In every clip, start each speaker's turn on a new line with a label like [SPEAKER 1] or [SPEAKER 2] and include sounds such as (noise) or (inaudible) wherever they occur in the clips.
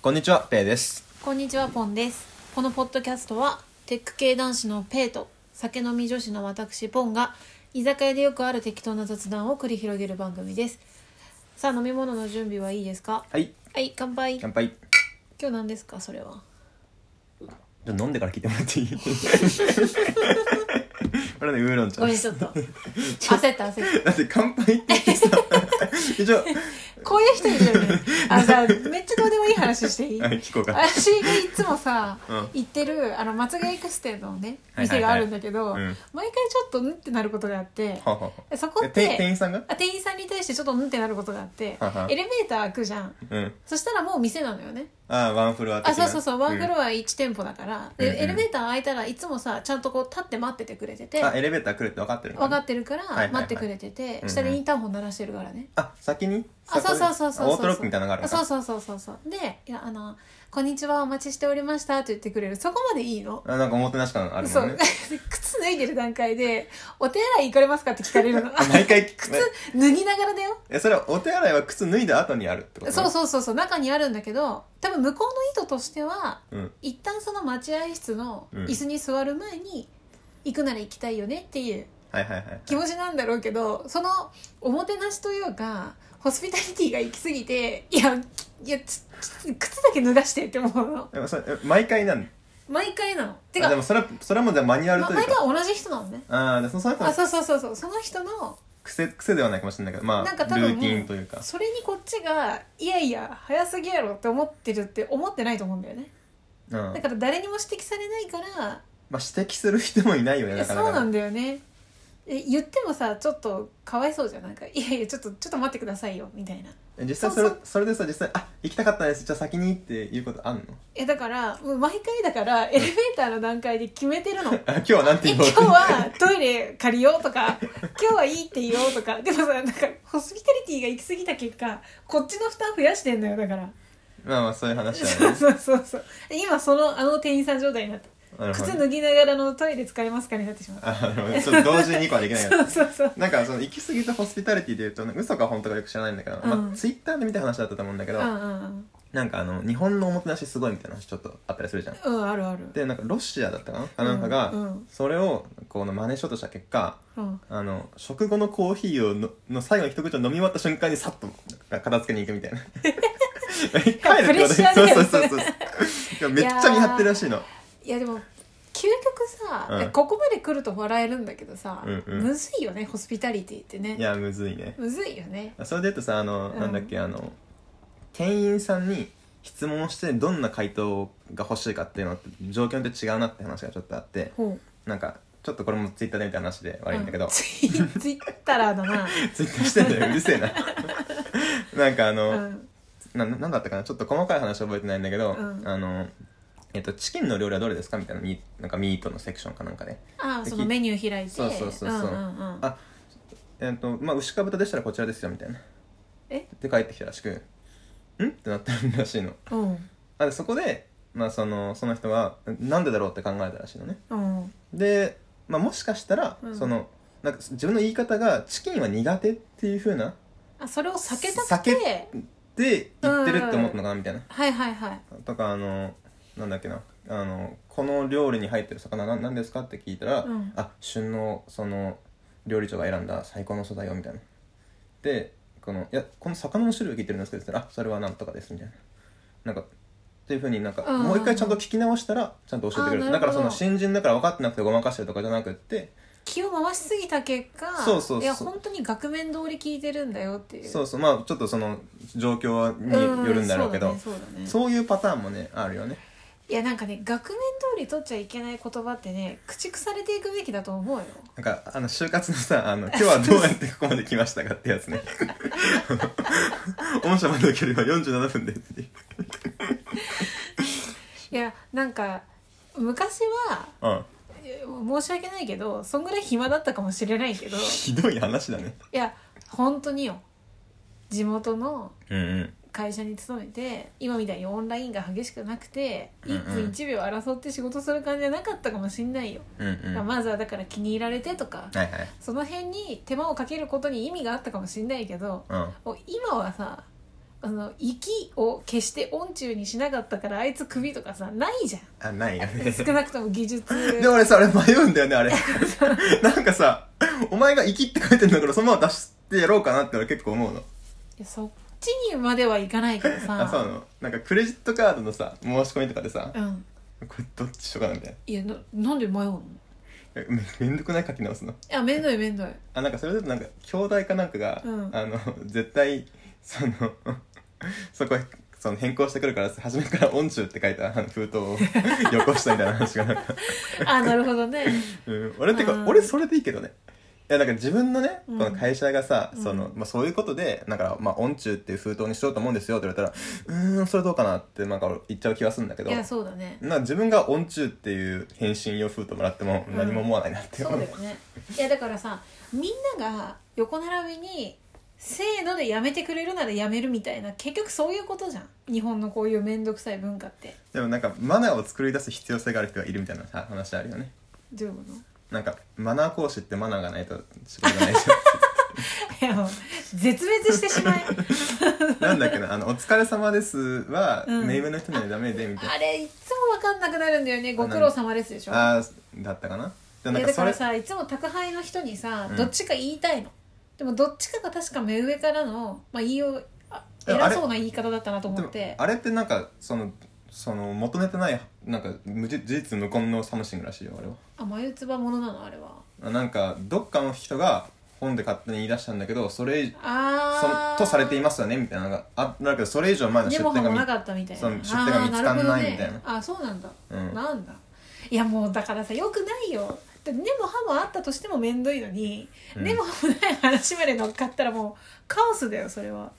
[SPEAKER 1] こんにちは、ペイです。
[SPEAKER 2] こんにちはポンですこのポッドキャストはテック系男子のペイと酒飲み女子の私ポンが居酒屋でよくある適当な雑談を繰り広げる番組ですさあ飲み物の準備はいいですか
[SPEAKER 1] はい、
[SPEAKER 2] はい乾杯今
[SPEAKER 1] 乾杯。
[SPEAKER 2] 日何ですかそ
[SPEAKER 1] (laughs)
[SPEAKER 2] れは
[SPEAKER 1] じゃあ飲んでから聞いてもらっていい
[SPEAKER 2] (laughs)
[SPEAKER 1] これね、ウーロン茶
[SPEAKER 2] ごめ
[SPEAKER 1] で
[SPEAKER 2] んち
[SPEAKER 1] す。
[SPEAKER 2] ょっと (laughs) 焦った焦った
[SPEAKER 1] だって乾杯って言って
[SPEAKER 2] (laughs)
[SPEAKER 1] さ、一応、
[SPEAKER 2] こういう人いるよねあのさめっちゃどうでもいい話していい
[SPEAKER 1] はい、聞こうか。
[SPEAKER 2] 私がいつもさ、
[SPEAKER 1] うん
[SPEAKER 2] 行ってるあの松毛エクステのね
[SPEAKER 1] はいはいはい
[SPEAKER 2] 店があるんだけど、
[SPEAKER 1] うん
[SPEAKER 2] 毎回ちょっとうんってなることがあって
[SPEAKER 1] はあはあ
[SPEAKER 2] でそこっ
[SPEAKER 1] え店店
[SPEAKER 2] て
[SPEAKER 1] 員さんが
[SPEAKER 2] あ店員さんに対してちょっとうんってなることがあって
[SPEAKER 1] はは
[SPEAKER 2] エレベーター開くじゃん
[SPEAKER 1] うん。
[SPEAKER 2] そしたらもう店なのよね
[SPEAKER 1] ああ、ワンフロア的な
[SPEAKER 2] あそうそうそうワンフ
[SPEAKER 1] ア。
[SPEAKER 2] ロア1店舗だから、
[SPEAKER 1] うんうん
[SPEAKER 2] でエレベーター開いたらいつもさちゃんとこう立って待っててくれてて
[SPEAKER 1] あ、エレベーター来るって分かってるの
[SPEAKER 2] 分か
[SPEAKER 1] て
[SPEAKER 2] ってるか
[SPEAKER 1] いはいは
[SPEAKER 2] ら
[SPEAKER 1] い
[SPEAKER 2] 待ってくれてて、
[SPEAKER 1] うん
[SPEAKER 2] 下でインターホン鳴らしてるからね、
[SPEAKER 1] あ、先に
[SPEAKER 2] あそうそうそうそうそう
[SPEAKER 1] オートロックみたいなのがあるのか
[SPEAKER 2] そうそうそうそうそうで「いやあのこんにちはお待ちしておりました」って言ってくれるそこまでいいの
[SPEAKER 1] あなんかおもてなし感ある
[SPEAKER 2] そ
[SPEAKER 1] も
[SPEAKER 2] うん
[SPEAKER 1] ね。
[SPEAKER 2] (laughs) 靴脱いでる段階で「お手洗い行かれますか?」って聞かれるの
[SPEAKER 1] あ毎回聞くね。
[SPEAKER 2] 靴脱ぎながらだよ
[SPEAKER 1] え、それはお手洗いは靴脱いだ後にあるってこと
[SPEAKER 2] そうそうそうそう中にあるんだけど多分向こうの意図としては
[SPEAKER 1] う。うん。
[SPEAKER 2] 一旦その待合室の
[SPEAKER 1] うん
[SPEAKER 2] 椅子に座る前に、行くなら行きたいよねっていう
[SPEAKER 1] はいはいはい。
[SPEAKER 2] 気持ちなんだろうけどそのおもてなしというかホスピタリティが行き過ぎていやいやちち靴だけ脱がしてって思うの
[SPEAKER 1] でもそれえ毎回なん
[SPEAKER 2] 毎回なのて
[SPEAKER 1] あ
[SPEAKER 2] か
[SPEAKER 1] でもそれはそれはもうじゃあマニュアル
[SPEAKER 2] ま
[SPEAKER 1] という
[SPEAKER 2] 毎
[SPEAKER 1] か、
[SPEAKER 2] 回同じ人なのね
[SPEAKER 1] ああーでその人
[SPEAKER 2] あ
[SPEAKER 1] の
[SPEAKER 2] そうそうそうそうその人の
[SPEAKER 1] 癖癖ではないかもしれないけどまあ
[SPEAKER 2] なんか多
[SPEAKER 1] ル
[SPEAKER 2] 分
[SPEAKER 1] ーティーンというか
[SPEAKER 2] それにこっちがいやいや早すぎやろって思ってるって思ってないと思うんだよね
[SPEAKER 1] うん
[SPEAKER 2] だから誰にも指摘されないから
[SPEAKER 1] まあ指摘する人もいないよね
[SPEAKER 2] え
[SPEAKER 1] なかな
[SPEAKER 2] そ
[SPEAKER 1] か
[SPEAKER 2] うなんだよねえ言ってもさちょっとかわいそうじゃんなんか「いやいやちょっとちょっと待ってくださいよ」みたいな
[SPEAKER 1] 実際それ
[SPEAKER 2] そう
[SPEAKER 1] それでさ実際「あ行きたかったですじゃあ先に」っていうことあんの (laughs)
[SPEAKER 2] えだからもう毎回だからエレベーターの段階で決めてる (laughs) のえ
[SPEAKER 1] あ今日はなんて言お
[SPEAKER 2] 今
[SPEAKER 1] う
[SPEAKER 2] 日はトイレ借りようとか (laughs) 今日はいいって言おうとかでもさなんかホスピタリティが行き過ぎた結果こっちの負担増やしてんのよだから
[SPEAKER 1] (laughs) まあまあそういう話だ
[SPEAKER 2] そ (laughs)
[SPEAKER 1] ね
[SPEAKER 2] うそうそうそう今そのあの店員さん状態になって
[SPEAKER 1] なるほ
[SPEAKER 2] 靴
[SPEAKER 1] ど
[SPEAKER 2] 脱ぎながらのトイレ使えますかになってしまう
[SPEAKER 1] あなるほどちょっと同時に2個はできないから
[SPEAKER 2] (laughs) そうそうそう
[SPEAKER 1] なんかその行き過ぎたホスピタリティでいうと嘘か本当かよく知らないんだけど、
[SPEAKER 2] う
[SPEAKER 1] まあ、
[SPEAKER 2] ん
[SPEAKER 1] ツイッターで見た話だったと思うんだけ
[SPEAKER 2] う
[SPEAKER 1] ど、
[SPEAKER 2] んうん
[SPEAKER 1] なんかあの日本のおもてなしすごいみたいな話ちょっとあったりするじゃん
[SPEAKER 2] うんうんあるある
[SPEAKER 1] でなんかロシアだったかなかなんかが、
[SPEAKER 2] うんうん
[SPEAKER 1] それをこの真似しようとした結果
[SPEAKER 2] うん
[SPEAKER 1] あの食後のコーヒーをのの最後の一口を飲み終わった瞬間にさっと片付けに行くみ
[SPEAKER 2] (laughs)
[SPEAKER 1] たいな帰
[SPEAKER 2] プレッシャーだ
[SPEAKER 1] そう
[SPEAKER 2] よ
[SPEAKER 1] そうそう
[SPEAKER 2] ね
[SPEAKER 1] そういやめっちゃ見張ってるらしいの
[SPEAKER 2] いやでも究極さ、
[SPEAKER 1] うん
[SPEAKER 2] ここまで来ると笑えるんだけどさ、
[SPEAKER 1] うんうん
[SPEAKER 2] むずいよねホスピタリティってね
[SPEAKER 1] いやむずいね
[SPEAKER 2] むずいよね
[SPEAKER 1] それで言うとさあの、
[SPEAKER 2] うん
[SPEAKER 1] なんだっけあの店員さんに質問してどんな回答が欲しいかっていうのって状況によって違うなって話がちょっとあって
[SPEAKER 2] ほ
[SPEAKER 1] なんかちょっとこれもツイッターで見た話で
[SPEAKER 2] う
[SPEAKER 1] 悪いんだけど、
[SPEAKER 2] うツイツイッタ
[SPEAKER 1] (laughs)
[SPEAKER 2] ーだな、
[SPEAKER 1] ツイッターしてんだよう
[SPEAKER 2] (laughs)
[SPEAKER 1] るせえななんかあ
[SPEAKER 2] う
[SPEAKER 1] の、
[SPEAKER 2] ん、
[SPEAKER 1] ななんだったかなちょっと細かい話覚えてないんだけど、
[SPEAKER 2] うん
[SPEAKER 1] あの、えっと、チキンの料理はどれですかみたいなミなんかミートのセクションかなんかで、
[SPEAKER 2] ああそのメニュー開いて
[SPEAKER 1] そうそうそうそうん
[SPEAKER 2] うんうん
[SPEAKER 1] あえっとまあ、牛か豚でしたらこちらですよみたいな
[SPEAKER 2] え
[SPEAKER 1] って帰ってきたらしくんってなったらしいの
[SPEAKER 2] うん
[SPEAKER 1] あでそこで、まあ、そのその人はなんでだろうって考えたらしいのね
[SPEAKER 2] うん
[SPEAKER 1] で、まあ、もしかしたら、
[SPEAKER 2] うん
[SPEAKER 1] そのなんか自分の言い方がチキンは苦手っていうふうな
[SPEAKER 2] あそれを避けた
[SPEAKER 1] 避
[SPEAKER 2] く
[SPEAKER 1] け
[SPEAKER 2] て
[SPEAKER 1] で言ってるって思ったのかなみたいな、
[SPEAKER 2] はいはいはい
[SPEAKER 1] とかあのなんだっけなあのこの料理に入ってる魚な何ですかって聞いたら、
[SPEAKER 2] うん
[SPEAKER 1] あ旬のその料理長が選んだ最高の素材よみたいなでこのいやこの魚の種類を聞いてるんですけどって言ったらあそれはなんとかですみたいななんかっていうふうになんか、
[SPEAKER 2] うんうんうん
[SPEAKER 1] もう一回ちゃんと聞き直したらちゃんと教えてくれ
[SPEAKER 2] あ
[SPEAKER 1] る
[SPEAKER 2] ーなるほど
[SPEAKER 1] だからその新人だから分かってなくてごまかしてるとかじゃなくって
[SPEAKER 2] 気を回しすぎた結果
[SPEAKER 1] そうそうそう
[SPEAKER 2] や本当に額面通り聞いてるんだよっていう
[SPEAKER 1] そううそうまあちょっとその状況によるんだろうけど、
[SPEAKER 2] んそうだねそうだね
[SPEAKER 1] そういうパターンもねあるよね
[SPEAKER 2] いやなんかね額面通り取っちゃいけない言葉ってね駆逐されていくべきだと思うよ
[SPEAKER 1] なんか、あの、就活のさ、あの、今日はどうやってここまで来ましたかってやつね。御社までの距離は47分でっていう。
[SPEAKER 2] いやなんか昔は
[SPEAKER 1] うん。
[SPEAKER 2] え申し訳ないけどそんぐらい暇だったかもしれないけどい
[SPEAKER 1] ひどい話だね。
[SPEAKER 2] や本当によ地元の
[SPEAKER 1] うんうん。
[SPEAKER 2] 会社に勤めて今みたいにオンラインが激しくなくて1
[SPEAKER 1] うんう
[SPEAKER 2] 分
[SPEAKER 1] ん
[SPEAKER 2] 1秒争って仕事する感じじゃなかったかもしんないよ、
[SPEAKER 1] うんうん。は
[SPEAKER 2] まずはだから気に入られてとか
[SPEAKER 1] いはい。
[SPEAKER 2] その辺に手間をかけることに意味があったかもしんないけど
[SPEAKER 1] うん。
[SPEAKER 2] もう今はさあの息を決して音中にしなかったからあいつ首とかさないじゃん
[SPEAKER 1] あないよ (laughs) ね
[SPEAKER 2] 少なくとも技術
[SPEAKER 1] で俺さあれ迷うんだよねあれなんかさお前が「生き」って書いてんだからそのまま出してやろうかなって俺結構思うの
[SPEAKER 2] いやそっちにまではいかないけど
[SPEAKER 1] あ
[SPEAKER 2] さ
[SPEAKER 1] そうなのなんかクレジットカードのさ申し込みとかでさ
[SPEAKER 2] うん
[SPEAKER 1] これどっちしようかなみたい
[SPEAKER 2] いやななんで迷うの
[SPEAKER 1] なめめんどくない書き直すの
[SPEAKER 2] いやめんどいめんどい
[SPEAKER 1] あなんかそれだとなんか兄弟かなんかが、
[SPEAKER 2] うん
[SPEAKER 1] あの絶対その (laughs) そこへその変更してくるから初めから「音中」って書いたあの封筒
[SPEAKER 2] (laughs)
[SPEAKER 1] をよこしたみたいな話がなんか、 (laughs)
[SPEAKER 2] あなるほどね
[SPEAKER 1] うん、俺って
[SPEAKER 2] う
[SPEAKER 1] か
[SPEAKER 2] ん
[SPEAKER 1] 俺それでいいけどねいやなんか自分のね、
[SPEAKER 2] うん
[SPEAKER 1] この会社がさ、
[SPEAKER 2] うん
[SPEAKER 1] そのまあ、そういうことでなんか、まあ「音中」っていう封筒にしようと思うんですよって言われたら「うーんそれどうかな」ってなんか俺言っちゃう気がするんだけ
[SPEAKER 2] い
[SPEAKER 1] ど
[SPEAKER 2] やそうだね
[SPEAKER 1] なんか自分が「音中」っていう返信用封筒もらっても何も思わないなってい、
[SPEAKER 2] そううだよねいやだからさみんなが横並びにせーのでやめてくれるならやめるみたいな結局そういうことじゃん日本のこういう面倒くさい文化って
[SPEAKER 1] でもなんかマナーを作り出す必要性がある人がいるみたいなさ話あるよね
[SPEAKER 2] どういうこと
[SPEAKER 1] なんかマナー講師ってマナーがないと仕事がない
[SPEAKER 2] (laughs)
[SPEAKER 1] じ
[SPEAKER 2] (laughs) いやもう絶滅してしまい
[SPEAKER 1] ゃんなんだっけなあの「お疲れ様です」は、
[SPEAKER 2] うん
[SPEAKER 1] 目上の人にはダメでみたいな
[SPEAKER 2] あれいつも分かんなくなるんだよねご苦労様ですでしょ
[SPEAKER 1] ああーだったかなでも
[SPEAKER 2] い
[SPEAKER 1] なん
[SPEAKER 2] や
[SPEAKER 1] か
[SPEAKER 2] だ
[SPEAKER 1] そ
[SPEAKER 2] から
[SPEAKER 1] れ
[SPEAKER 2] さいつも宅配の人にさ、
[SPEAKER 1] うん
[SPEAKER 2] どっちか言いたいのでもどっちかが確か目上からの、まあ、言いようあ
[SPEAKER 1] でもあ
[SPEAKER 2] 偉
[SPEAKER 1] れ
[SPEAKER 2] そうな言い方だったなと思っ
[SPEAKER 1] で
[SPEAKER 2] て
[SPEAKER 1] もあれってなんかそのその求めてないなんか無事事実無根のサムシングらしいよあれは
[SPEAKER 2] あ眉唾ものなのあれは
[SPEAKER 1] あなんかどっかの人が本で勝手に言い出したんだけどそれそ
[SPEAKER 2] あ
[SPEAKER 1] の
[SPEAKER 2] あ
[SPEAKER 1] とされていますよねみたいなのがあるけどそれ以上前の
[SPEAKER 2] で
[SPEAKER 1] 出
[SPEAKER 2] も
[SPEAKER 1] 典
[SPEAKER 2] 歯
[SPEAKER 1] が
[SPEAKER 2] も
[SPEAKER 1] 見
[SPEAKER 2] なかったみたいな
[SPEAKER 1] その出典が見つかんない
[SPEAKER 2] あーるほどね
[SPEAKER 1] みたいな
[SPEAKER 2] あそうなんだ、
[SPEAKER 1] うん
[SPEAKER 2] なんだいやもうだからさよくないよで根も歯もあったとしてもめんどいのに、
[SPEAKER 1] うん
[SPEAKER 2] 根も歯もない話まで乗っかったらもうカオスだよそれは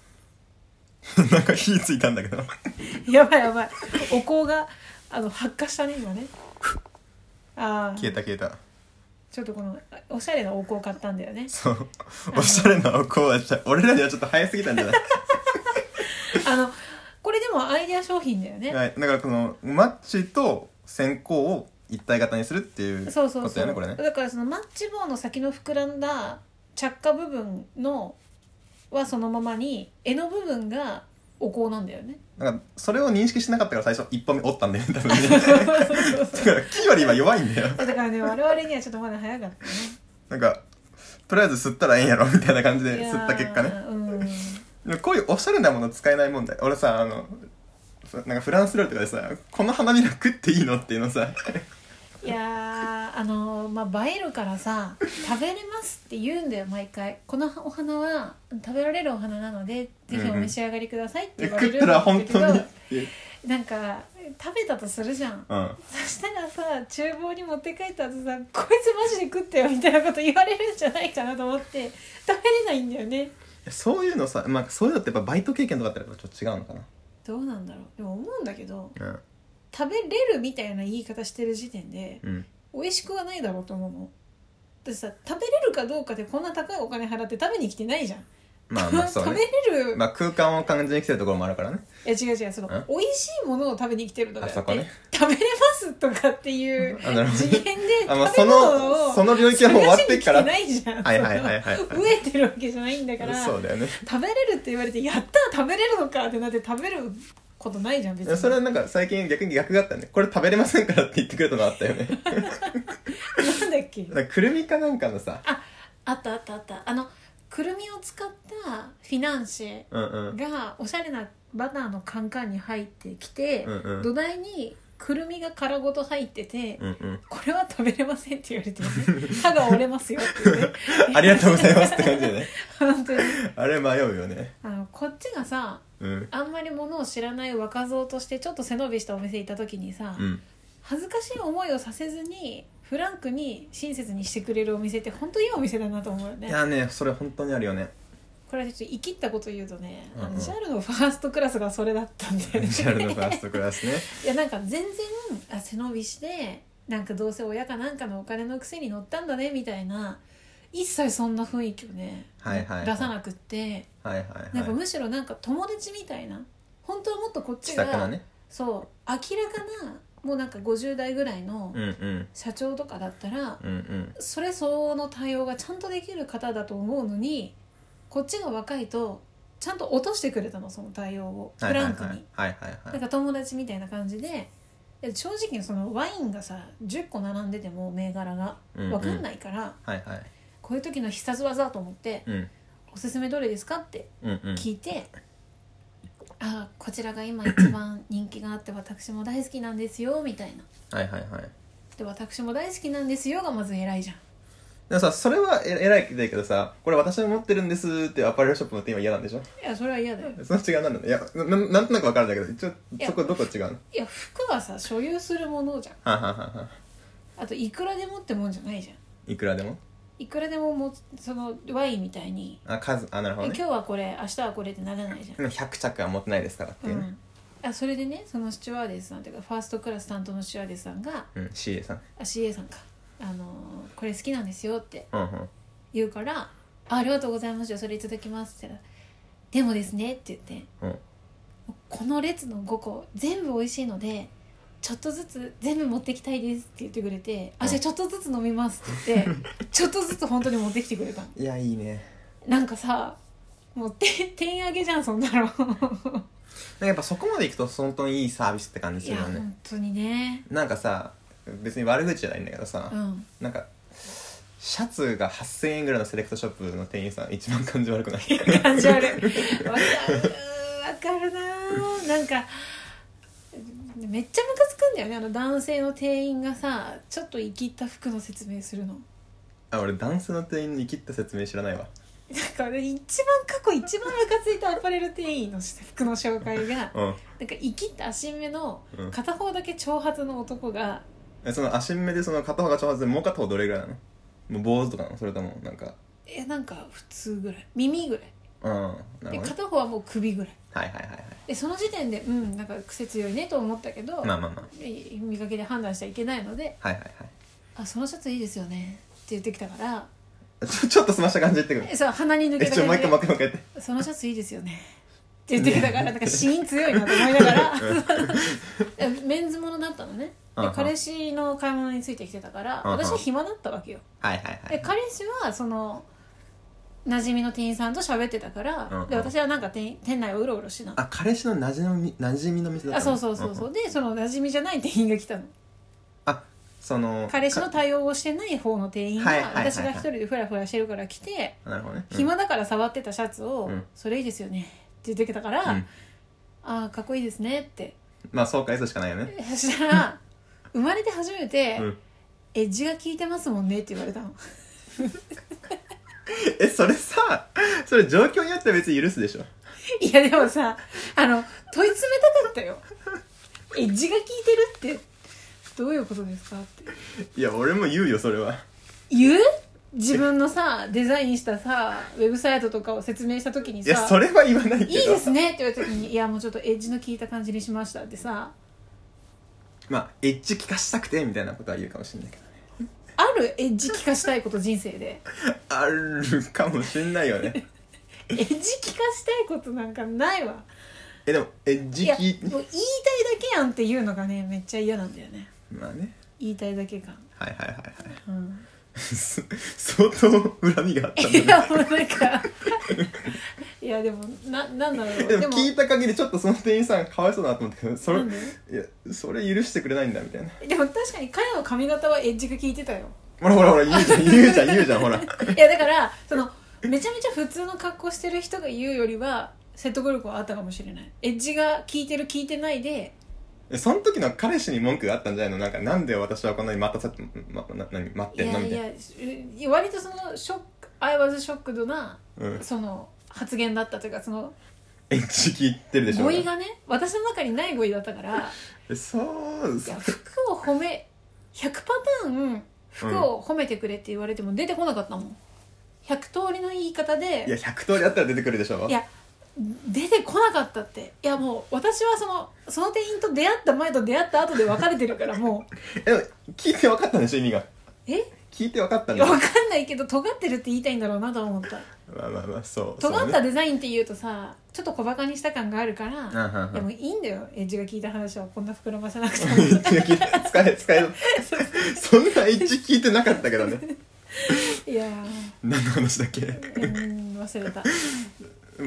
[SPEAKER 1] (laughs) なんか火ついたんだけど
[SPEAKER 2] (laughs) やばいやばいお香があの発火したね今ねああ
[SPEAKER 1] 消えた消えた
[SPEAKER 2] ちょっとこのおしゃれなお香買ったんだよね
[SPEAKER 1] そうおしゃれなお香はちゃ俺らにはちょっと早すぎたんじゃない
[SPEAKER 2] あのこれでもアイデア商品だよね、
[SPEAKER 1] はい、だからこのマッチと線香を一体型にするっていう
[SPEAKER 2] そうそう
[SPEAKER 1] こと
[SPEAKER 2] そう
[SPEAKER 1] やねこれね
[SPEAKER 2] だからそのマッチ棒の先の膨らんだ着火部分のはそのままに柄の部分がお香なんだよ
[SPEAKER 1] (laughs)
[SPEAKER 2] ね
[SPEAKER 1] なんかそれを認識しなかったから最初一本目折ったんだよね多分ね
[SPEAKER 2] そうそう
[SPEAKER 1] だ
[SPEAKER 2] そう
[SPEAKER 1] から木よりは弱いんだよ
[SPEAKER 2] だからね我々にはちょっとまだ早かったね
[SPEAKER 1] なんかとりあえず吸ったらええんやろみたいな感じで
[SPEAKER 2] いやー
[SPEAKER 1] 吸った結果ね
[SPEAKER 2] うん
[SPEAKER 1] でもこういうおしゃれなもの使えない問題俺さあのなんかフランス料理とかでさこの花びら食っていいのっていうのさ
[SPEAKER 2] いやーあのーまあ映えるからさ食べれますって言うんだよ毎回このお花は食べられるお花なのでぜひお召し上がりくださいって言われ
[SPEAKER 1] 食っ
[SPEAKER 2] る
[SPEAKER 1] た
[SPEAKER 2] ん
[SPEAKER 1] ら
[SPEAKER 2] だ
[SPEAKER 1] 本
[SPEAKER 2] けど、
[SPEAKER 1] 当にっていう
[SPEAKER 2] なんか食べたとするじゃん
[SPEAKER 1] うん
[SPEAKER 2] そしたらさ厨房に持って帰った後さ「こいつマジで食ってよ」みたいなこと言われるんじゃないかなと思って食べれないんだよね
[SPEAKER 1] そういうのさ、まあ、そういうのってやっぱバイト経験とかってやっぱちょっと違うのか
[SPEAKER 2] どうなんだろうでも思うんだけど
[SPEAKER 1] な
[SPEAKER 2] 食べれるみたいな言い方してる時点で
[SPEAKER 1] うんうん
[SPEAKER 2] 美味しくはないだろうと思うのだってさ食べれるかどうかでこんな高いお金払って食べに来てないじゃん、
[SPEAKER 1] まあまあそう
[SPEAKER 2] 食
[SPEAKER 1] ね
[SPEAKER 2] べれる、
[SPEAKER 1] まあ空間を感じに来てるところもあるからね
[SPEAKER 2] いや違う違うその
[SPEAKER 1] ん
[SPEAKER 2] 美味しいものを食べに来てるのであって
[SPEAKER 1] あそこね
[SPEAKER 2] 食べれますとかっていう
[SPEAKER 1] あ (laughs)
[SPEAKER 2] (laughs)
[SPEAKER 1] なるほど
[SPEAKER 2] 次元で
[SPEAKER 1] あ、まあ、
[SPEAKER 2] 食べ
[SPEAKER 1] そ
[SPEAKER 2] 物
[SPEAKER 1] の
[SPEAKER 2] を
[SPEAKER 1] その領域はもう終わってっから
[SPEAKER 2] 探しに来てないじゃん
[SPEAKER 1] はいはいはいはいはい
[SPEAKER 2] その飢えてるわけじゃないんだから
[SPEAKER 1] そうだよね
[SPEAKER 2] 食べれるって言われてやった食べれるのかってなって食べることないじゃん別に
[SPEAKER 1] それはなんか最近逆に逆があったねこれ食べれませんからって言ってくれたのあったよね (laughs)
[SPEAKER 2] なんだっけ
[SPEAKER 1] なんかくるみかなんかのさ
[SPEAKER 2] ああったあったあったあのくるみを使ったフィナンシェ
[SPEAKER 1] うんうん
[SPEAKER 2] がおしゃれなバターのカンカンに入ってきて、
[SPEAKER 1] うんうん
[SPEAKER 2] 土台にくるみが殻ごと入ってて、
[SPEAKER 1] うん
[SPEAKER 2] (laughs)
[SPEAKER 1] うん
[SPEAKER 2] これは食べれませんって言われ
[SPEAKER 1] (laughs)
[SPEAKER 2] て、ね、歯が折れますよっていうね
[SPEAKER 1] ありがとうございますって感じでね
[SPEAKER 2] 本当に
[SPEAKER 1] あれ迷うよね
[SPEAKER 2] あのこっちがさ
[SPEAKER 1] うん
[SPEAKER 2] あんまりものを知らない若造としてちょっと背伸びしたお店行った時にさ、
[SPEAKER 1] うん
[SPEAKER 2] 恥ずかしい思いをさせずにフランクに親切にしてくれるお店って本当いいお店だなと思うよ
[SPEAKER 1] い
[SPEAKER 2] ね
[SPEAKER 1] やねそれ本当にあるよ
[SPEAKER 2] (laughs)
[SPEAKER 1] ね
[SPEAKER 2] これはちょっと生きったこと言うとね、あ
[SPEAKER 1] うんう
[SPEAKER 2] の
[SPEAKER 1] ん
[SPEAKER 2] JAL のファーストクラスがそれだったんだよね
[SPEAKER 1] ジャルのファーストクラスね
[SPEAKER 2] いやなんか全然あ背伸びしてなんかどうせ親かなんかのお金のくせに乗ったんだねみたいな一切そんな雰囲気をね、
[SPEAKER 1] はいはいはい
[SPEAKER 2] 出さなくって、
[SPEAKER 1] はいはい
[SPEAKER 2] なん
[SPEAKER 1] はい
[SPEAKER 2] かむしろなんか友達みたいな本当はもっとこっ
[SPEAKER 1] 気
[SPEAKER 2] ち
[SPEAKER 1] さ
[SPEAKER 2] が
[SPEAKER 1] くなね
[SPEAKER 2] そう明らかなもうなんか50代ぐらいの
[SPEAKER 1] うんうん
[SPEAKER 2] 社長とかだったら、
[SPEAKER 1] うんうん
[SPEAKER 2] それ相応の対応がちゃんとできる方だと思うのにこっちが若いとちゃんと落としてくれたのその対応を
[SPEAKER 1] は
[SPEAKER 2] フ
[SPEAKER 1] いはい
[SPEAKER 2] ラ
[SPEAKER 1] はい
[SPEAKER 2] ンクに
[SPEAKER 1] はいはいは
[SPEAKER 2] なん
[SPEAKER 1] い
[SPEAKER 2] か友達みたいな感じでいや正直そのワインがさ10個並んでても銘柄が
[SPEAKER 1] うんうん
[SPEAKER 2] 分かんないから、
[SPEAKER 1] はいはい
[SPEAKER 2] こういう時の必殺技と思って
[SPEAKER 1] うん
[SPEAKER 2] 「おすすめどれですか?」って
[SPEAKER 1] うんうん
[SPEAKER 2] 聞いて「あこちらが今一番人気があって私も大好きなんですよ」みたいな
[SPEAKER 1] はいはいはい
[SPEAKER 2] 「で私も大好きなんですよ」がまず偉いじゃん
[SPEAKER 1] でもさそれはえ偉いけどさこれ私も持ってるんですっていうアパレルショップの店員は嫌なんでしょ
[SPEAKER 2] いやそれは嫌だよ
[SPEAKER 1] その違いなんだねいやなななんとなく分かるんだけど一応
[SPEAKER 2] や
[SPEAKER 1] そこどこ違うのはい
[SPEAKER 2] や服はさ所有するものじゃ
[SPEAKER 1] は
[SPEAKER 2] ん
[SPEAKER 1] いはいは
[SPEAKER 2] あといくらでもってもんじゃないじゃん
[SPEAKER 1] いいくらでも
[SPEAKER 2] いくらでももうそのワインみたいに、
[SPEAKER 1] あ数あなるほど
[SPEAKER 2] 今日
[SPEAKER 1] ね
[SPEAKER 2] はこれ明日はこれってならないじゃん
[SPEAKER 1] でも100着は持ってないですからっていううね
[SPEAKER 2] ん、あそれでねそのスチュワーデスさんというかファーストクラス担当のスチュワーデスさんが
[SPEAKER 1] うん CA さん
[SPEAKER 2] あ CA さんか、あのーこれ好きなんですよ」って
[SPEAKER 1] うんうん
[SPEAKER 2] 言うから「あありがとうございますじゃあそれいただきます」って言ったら「でもですね」って言って
[SPEAKER 1] うん
[SPEAKER 2] 「この列の5個全部美味しいのでちょっとずつ全部持ってきたいです」って言ってくれて「あじゃあちょっとずつ飲みます」って言って
[SPEAKER 1] (laughs)
[SPEAKER 2] ちょっとずつ本当に持ってきてくれたの
[SPEAKER 1] いやいいね
[SPEAKER 2] なんかさもうててんあげじゃんそんなの
[SPEAKER 1] なんかやっぱそこまでいくと本当にいいサービスって感じ
[SPEAKER 2] い
[SPEAKER 1] する
[SPEAKER 2] や
[SPEAKER 1] よね
[SPEAKER 2] 本当にね
[SPEAKER 1] なんかさ別に悪口じゃないんだけどさ、
[SPEAKER 2] うん
[SPEAKER 1] なんかシャツが8000円ぐらいのセレクトショップの店員さん一番感じ悪くない (laughs)
[SPEAKER 2] 感じあるわかるわかるなーなんかめっちゃムカつくんだよねあの男性の店員がさちょっと生きった服の説明するの
[SPEAKER 1] あ俺ダンスの店員に切った説明知らないわ
[SPEAKER 2] なんか俺一番過去一番ムカついたアパレル店員の服の紹介が
[SPEAKER 1] うん
[SPEAKER 2] なんか生きった足目の
[SPEAKER 1] うん
[SPEAKER 2] 片方だけ長髪の男が
[SPEAKER 1] えその足目でその片方が長髪でもう片方どれぐらいなのもう坊主とかなのそれともなんか
[SPEAKER 2] えなんか普通ぐらい耳ぐらい
[SPEAKER 1] うんな
[SPEAKER 2] で
[SPEAKER 1] るほど、ね、
[SPEAKER 2] 片方はもう首ぐらい
[SPEAKER 1] はいはいはいは
[SPEAKER 2] でその時点でうんなんか癖強いねと思ったけど、
[SPEAKER 1] いまあまあま
[SPEAKER 2] い見かけで判断しちゃいけないので
[SPEAKER 1] あはいはいは
[SPEAKER 2] あそのシャツいいですよねって言ってきたから
[SPEAKER 1] いちょちょっとすました感じで言ってく
[SPEAKER 2] えそう鼻に抜
[SPEAKER 1] る
[SPEAKER 2] け
[SPEAKER 1] え
[SPEAKER 2] た
[SPEAKER 1] ちょもう一回もう
[SPEAKER 2] 感
[SPEAKER 1] 一回もう一回やって
[SPEAKER 2] じでそのシャツいいですよねって言ってきたからなんかシーン強いなと思いながら (laughs) えメンズものだったのね
[SPEAKER 1] うんう
[SPEAKER 2] で
[SPEAKER 1] ん
[SPEAKER 2] 彼氏の買い物についてきてたから
[SPEAKER 1] うんうん
[SPEAKER 2] 私は暇だったわけよ
[SPEAKER 1] はいはいは
[SPEAKER 2] で
[SPEAKER 1] い
[SPEAKER 2] 彼氏はその馴染みの店員さんと喋ってたか
[SPEAKER 1] うんう
[SPEAKER 2] ら
[SPEAKER 1] ん
[SPEAKER 2] で私はなんか店店内をうろうろしてたの
[SPEAKER 1] あ彼氏のなじみなじみの店だ
[SPEAKER 2] あ
[SPEAKER 1] ったの
[SPEAKER 2] そうそうそうそ
[SPEAKER 1] ん
[SPEAKER 2] うんでその馴染みじゃない店員が来たの
[SPEAKER 1] あその
[SPEAKER 2] 彼氏の対応をしてない方の店員が
[SPEAKER 1] はいはいはいはい
[SPEAKER 2] 私が一人でフラフラしてるから来て
[SPEAKER 1] かなるほどね
[SPEAKER 2] 暇だから触ってたシャツを
[SPEAKER 1] うん
[SPEAKER 2] 「それいいですよね」って言ってきたか
[SPEAKER 1] う
[SPEAKER 2] ら
[SPEAKER 1] ん
[SPEAKER 2] 「ああかっこいいですね」
[SPEAKER 1] (laughs)
[SPEAKER 2] って
[SPEAKER 1] まあそうかそうしかないよね
[SPEAKER 2] そしたら生まれて初めて
[SPEAKER 1] うん
[SPEAKER 2] 「エッジが効いてますもんね」って言われたの (laughs)
[SPEAKER 1] えそれさそれ状況によっては別に許すでしょ
[SPEAKER 2] いやでもさあの問い詰めたかっ
[SPEAKER 1] (laughs)
[SPEAKER 2] たよ「エッジが効いてるってどういうことですか?」って
[SPEAKER 1] いや俺も言うよそれは
[SPEAKER 2] 言う自分のさデザインしたさウェブサイトとかを説明した時に
[SPEAKER 1] い
[SPEAKER 2] さ
[SPEAKER 1] やそれは言わないけど
[SPEAKER 2] いいですねって言われた時に「いやもうちょっとエッジの効いた感じにしました」ってさ
[SPEAKER 1] まあエッジ効かしたくてみたいなことは言うかもしれないけどね
[SPEAKER 2] あるエッジ効かしたいこと人生
[SPEAKER 1] (laughs)
[SPEAKER 2] で
[SPEAKER 1] あるかもしれないよ
[SPEAKER 2] (laughs)
[SPEAKER 1] ね
[SPEAKER 2] エッジ効かしたいことなんかないわ
[SPEAKER 1] えでもエッ
[SPEAKER 2] い
[SPEAKER 1] ジ
[SPEAKER 2] や
[SPEAKER 1] 効
[SPEAKER 2] もう言い
[SPEAKER 1] い
[SPEAKER 2] たいだけやんっていうのがねめっちゃ嫌なんだよね
[SPEAKER 1] まあね
[SPEAKER 2] 言いたいだけ感
[SPEAKER 1] はいはいはいはい (laughs)
[SPEAKER 2] うん
[SPEAKER 1] す相当恨みがあったん
[SPEAKER 2] い
[SPEAKER 1] だね
[SPEAKER 2] やもうなんか (laughs) いやでもななんだろう
[SPEAKER 1] で
[SPEAKER 2] で
[SPEAKER 1] も
[SPEAKER 2] も
[SPEAKER 1] 聞いた限りちょっとその店員さんかわいそうだなと思ったけどそれ
[SPEAKER 2] なんで
[SPEAKER 1] いやそれ許してくれないんだみたいな
[SPEAKER 2] でも確かに彼の髪型はエッジが効いて
[SPEAKER 1] (laughs)
[SPEAKER 2] たよ
[SPEAKER 1] ほらほらほら言うじゃん言うじゃん言うじゃんほら
[SPEAKER 2] いやだからそのめちゃめちゃ普通の格好してる人が言うよりは説得力はあったかもしれないエッジが効いてる効いてないで
[SPEAKER 1] えその時の彼氏に文句があったんじゃないのなんかなんで私はこんなに待たさて、ま、な何待っ
[SPEAKER 2] い
[SPEAKER 1] てんの
[SPEAKER 2] や
[SPEAKER 1] み
[SPEAKER 2] い
[SPEAKER 1] たいな
[SPEAKER 2] やえ割とそのショック I was shocked な
[SPEAKER 1] (laughs) うん
[SPEAKER 2] その発言だったというかその
[SPEAKER 1] エッジ聞いてるでしょ
[SPEAKER 2] 語彙がね私の中にない語彙だったから
[SPEAKER 1] えそう
[SPEAKER 2] い
[SPEAKER 1] そ
[SPEAKER 2] や
[SPEAKER 1] う
[SPEAKER 2] 服を褒め100パターン服を褒めてくれって言われても出てこなかったもん100通りの言い方で
[SPEAKER 1] いや100通りあったら出てくるでしょ
[SPEAKER 2] いや出てこなかったっていやもう私はそのその店員と出会った前と出会った後で別れてるからも
[SPEAKER 1] (laughs)
[SPEAKER 2] う
[SPEAKER 1] えでも聞いて分かったんでしょ意味が
[SPEAKER 2] え
[SPEAKER 1] 聞いて分かったん
[SPEAKER 2] 分
[SPEAKER 1] だ
[SPEAKER 2] かんないけど尖ってるって言いたいんだろうなと思った
[SPEAKER 1] まあまあまあそう
[SPEAKER 2] 尖っ
[SPEAKER 1] そ
[SPEAKER 2] た
[SPEAKER 1] うね
[SPEAKER 2] デザインって言うとさちょっと小バカにした感があるから
[SPEAKER 1] んうんうん
[SPEAKER 2] でもいいんだよエッジが聞いた話はこんな膨らませなくても
[SPEAKER 1] エッ
[SPEAKER 2] (laughs)
[SPEAKER 1] ジが聞いて使え使えそんなエッジ聞いてなかったけ
[SPEAKER 2] (laughs)
[SPEAKER 1] どね
[SPEAKER 2] いや
[SPEAKER 1] 何の話だっけ
[SPEAKER 2] ーうーん忘れた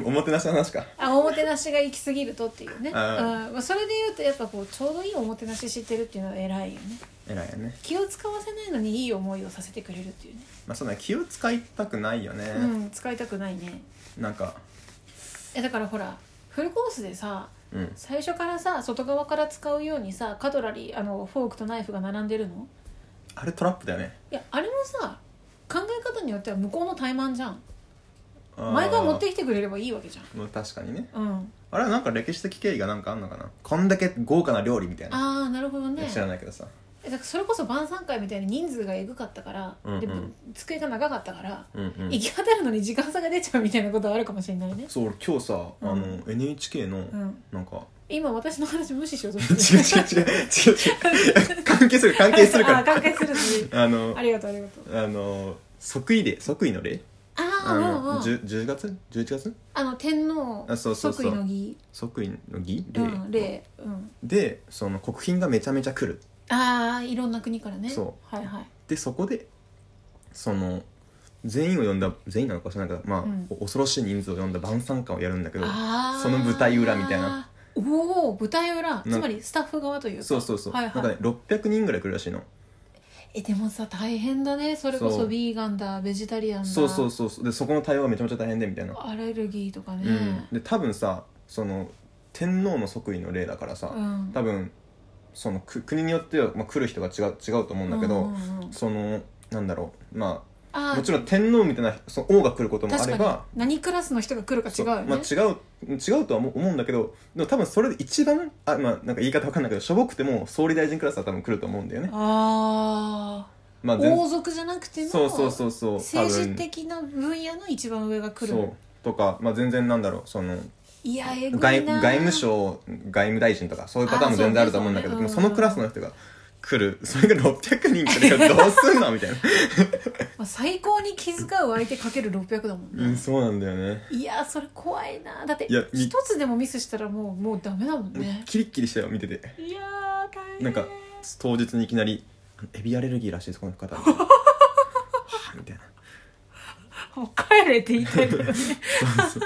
[SPEAKER 1] おもてなしの話か
[SPEAKER 2] あおもてなしが行き過ぎるとっていうね、うん
[SPEAKER 1] あ
[SPEAKER 2] まあ、それで言うとやっぱこうちょうどいいおもてなししてるっていうのは偉いよね
[SPEAKER 1] 偉いよね
[SPEAKER 2] 気を使わせないのにいい思いをさせてくれるっていうね、
[SPEAKER 1] まあそうだね気を使いたくないよね、
[SPEAKER 2] うん使いたくないね
[SPEAKER 1] なんか
[SPEAKER 2] えだからほらフルコースでさ
[SPEAKER 1] うん
[SPEAKER 2] 最初からさ外側から使うようにさカトラリーあのフォークとナイフが並んでるの
[SPEAKER 1] あれトラップだよね
[SPEAKER 2] いやあれもさ考え方によっては向こうの怠慢じゃん
[SPEAKER 1] あー
[SPEAKER 2] 毎回持ってきてくれればいいわけじゃ
[SPEAKER 1] まあ確かにね
[SPEAKER 2] んうん
[SPEAKER 1] あれはなんか歴史的経緯がなんかあんのかなこんだけ豪華な料理みたいな
[SPEAKER 2] ああなるほどね
[SPEAKER 1] 知らないけどさ
[SPEAKER 2] えだからそれこそ晩餐会みたいに人数がえぐかったから、
[SPEAKER 1] うんうん
[SPEAKER 2] で机が長かったから、
[SPEAKER 1] うんうん
[SPEAKER 2] 行き当たるのに時間差が出ちゃうみたいなことはあるかもしれないね、
[SPEAKER 1] そう俺今日さ、
[SPEAKER 2] うん
[SPEAKER 1] あの NHK の
[SPEAKER 2] うん、
[SPEAKER 1] なんか、
[SPEAKER 2] 今私の話無視しようと
[SPEAKER 1] 違う違う
[SPEAKER 2] して
[SPEAKER 1] 違う違う違う関係する関係するか
[SPEAKER 2] (laughs) あ
[SPEAKER 1] ら
[SPEAKER 2] 関係するし
[SPEAKER 1] あの
[SPEAKER 2] ありがとうありがとう
[SPEAKER 1] あの即位例即位の例
[SPEAKER 2] ああ
[SPEAKER 1] あ
[SPEAKER 2] うんう
[SPEAKER 1] の
[SPEAKER 2] ん
[SPEAKER 1] 10, 10月11月
[SPEAKER 2] あの天皇
[SPEAKER 1] あそうそうそう
[SPEAKER 2] 即位の儀
[SPEAKER 1] 即位の儀
[SPEAKER 2] う
[SPEAKER 1] 礼、
[SPEAKER 2] ん礼、うん、
[SPEAKER 1] でその国賓がめちゃめちゃ来る
[SPEAKER 2] ああいろんな国からね
[SPEAKER 1] そう
[SPEAKER 2] はいはい
[SPEAKER 1] でそこでその全員を呼んだ全員なのかしらないけど、まあ
[SPEAKER 2] うん
[SPEAKER 1] 恐ろしい人数を呼んだ晩餐会をやるんだけど
[SPEAKER 2] あー
[SPEAKER 1] その舞台裏みたいな
[SPEAKER 2] おお舞台裏
[SPEAKER 1] ん
[SPEAKER 2] つまりスタッフ側というか
[SPEAKER 1] そうそうそう、
[SPEAKER 2] はいはい
[SPEAKER 1] なんかね600人ぐらい来るらしいの
[SPEAKER 2] えでもさ大変だねそれこ
[SPEAKER 1] そ
[SPEAKER 2] そうビーガンだベジタリアンだ
[SPEAKER 1] そうそうそうそうでそこの対応がめちゃめちゃ大変でみたいな、
[SPEAKER 2] アレルギーとかね
[SPEAKER 1] うん、で多分さその天皇の即位の例だからさ、
[SPEAKER 2] うん
[SPEAKER 1] 多分そのく国によっては、まあ、来る人が違う違うと思うんだけど、
[SPEAKER 2] うんうんうん
[SPEAKER 1] そのなんだろうま
[SPEAKER 2] あ
[SPEAKER 1] あもち
[SPEAKER 2] ろ
[SPEAKER 1] ろん天皇みたいなその王が来ることもあ
[SPEAKER 2] 確
[SPEAKER 1] れ
[SPEAKER 2] か
[SPEAKER 1] ば
[SPEAKER 2] に何クラスの人が来るか違
[SPEAKER 1] そうう
[SPEAKER 2] よね、
[SPEAKER 1] まあ、違う違うとは思う思うんだけどでも多分それで一番あ、まあ、なんか言い方わかんないけどしょぼくても総理大臣クラスは多分来ると思うんだよね、
[SPEAKER 2] あ
[SPEAKER 1] ま
[SPEAKER 2] あ
[SPEAKER 1] あ、全
[SPEAKER 2] 王族じゃなくても
[SPEAKER 1] そうそうそうそう
[SPEAKER 2] 政治
[SPEAKER 1] 多分
[SPEAKER 2] 的な分野の一番上が来
[SPEAKER 1] そ
[SPEAKER 2] る
[SPEAKER 1] うとか、まあ、全然なんだろうその
[SPEAKER 2] いやえぐいな
[SPEAKER 1] 外外務省外務大臣とかそういうパターンも全然あると思うんだけど
[SPEAKER 2] あ
[SPEAKER 1] そ,、
[SPEAKER 2] そうねそうね
[SPEAKER 1] そのクラスの人が来るそれが600人来るからどうすんのみたいな、
[SPEAKER 2] まあ、最高に気遣う相手かける600だもん
[SPEAKER 1] う
[SPEAKER 2] ね、
[SPEAKER 1] ん、そうなんだよね
[SPEAKER 2] いやそれ怖いなだって
[SPEAKER 1] いやみ
[SPEAKER 2] 一つでもミスしたらもうもうダメだもんね
[SPEAKER 1] キリッキリしたよ見てて
[SPEAKER 2] いやー大変
[SPEAKER 1] なんか当日にいきなり「エビアレルギーらしいですこの方」みたいな
[SPEAKER 2] もう帰れって言いたいけどね
[SPEAKER 1] そうそう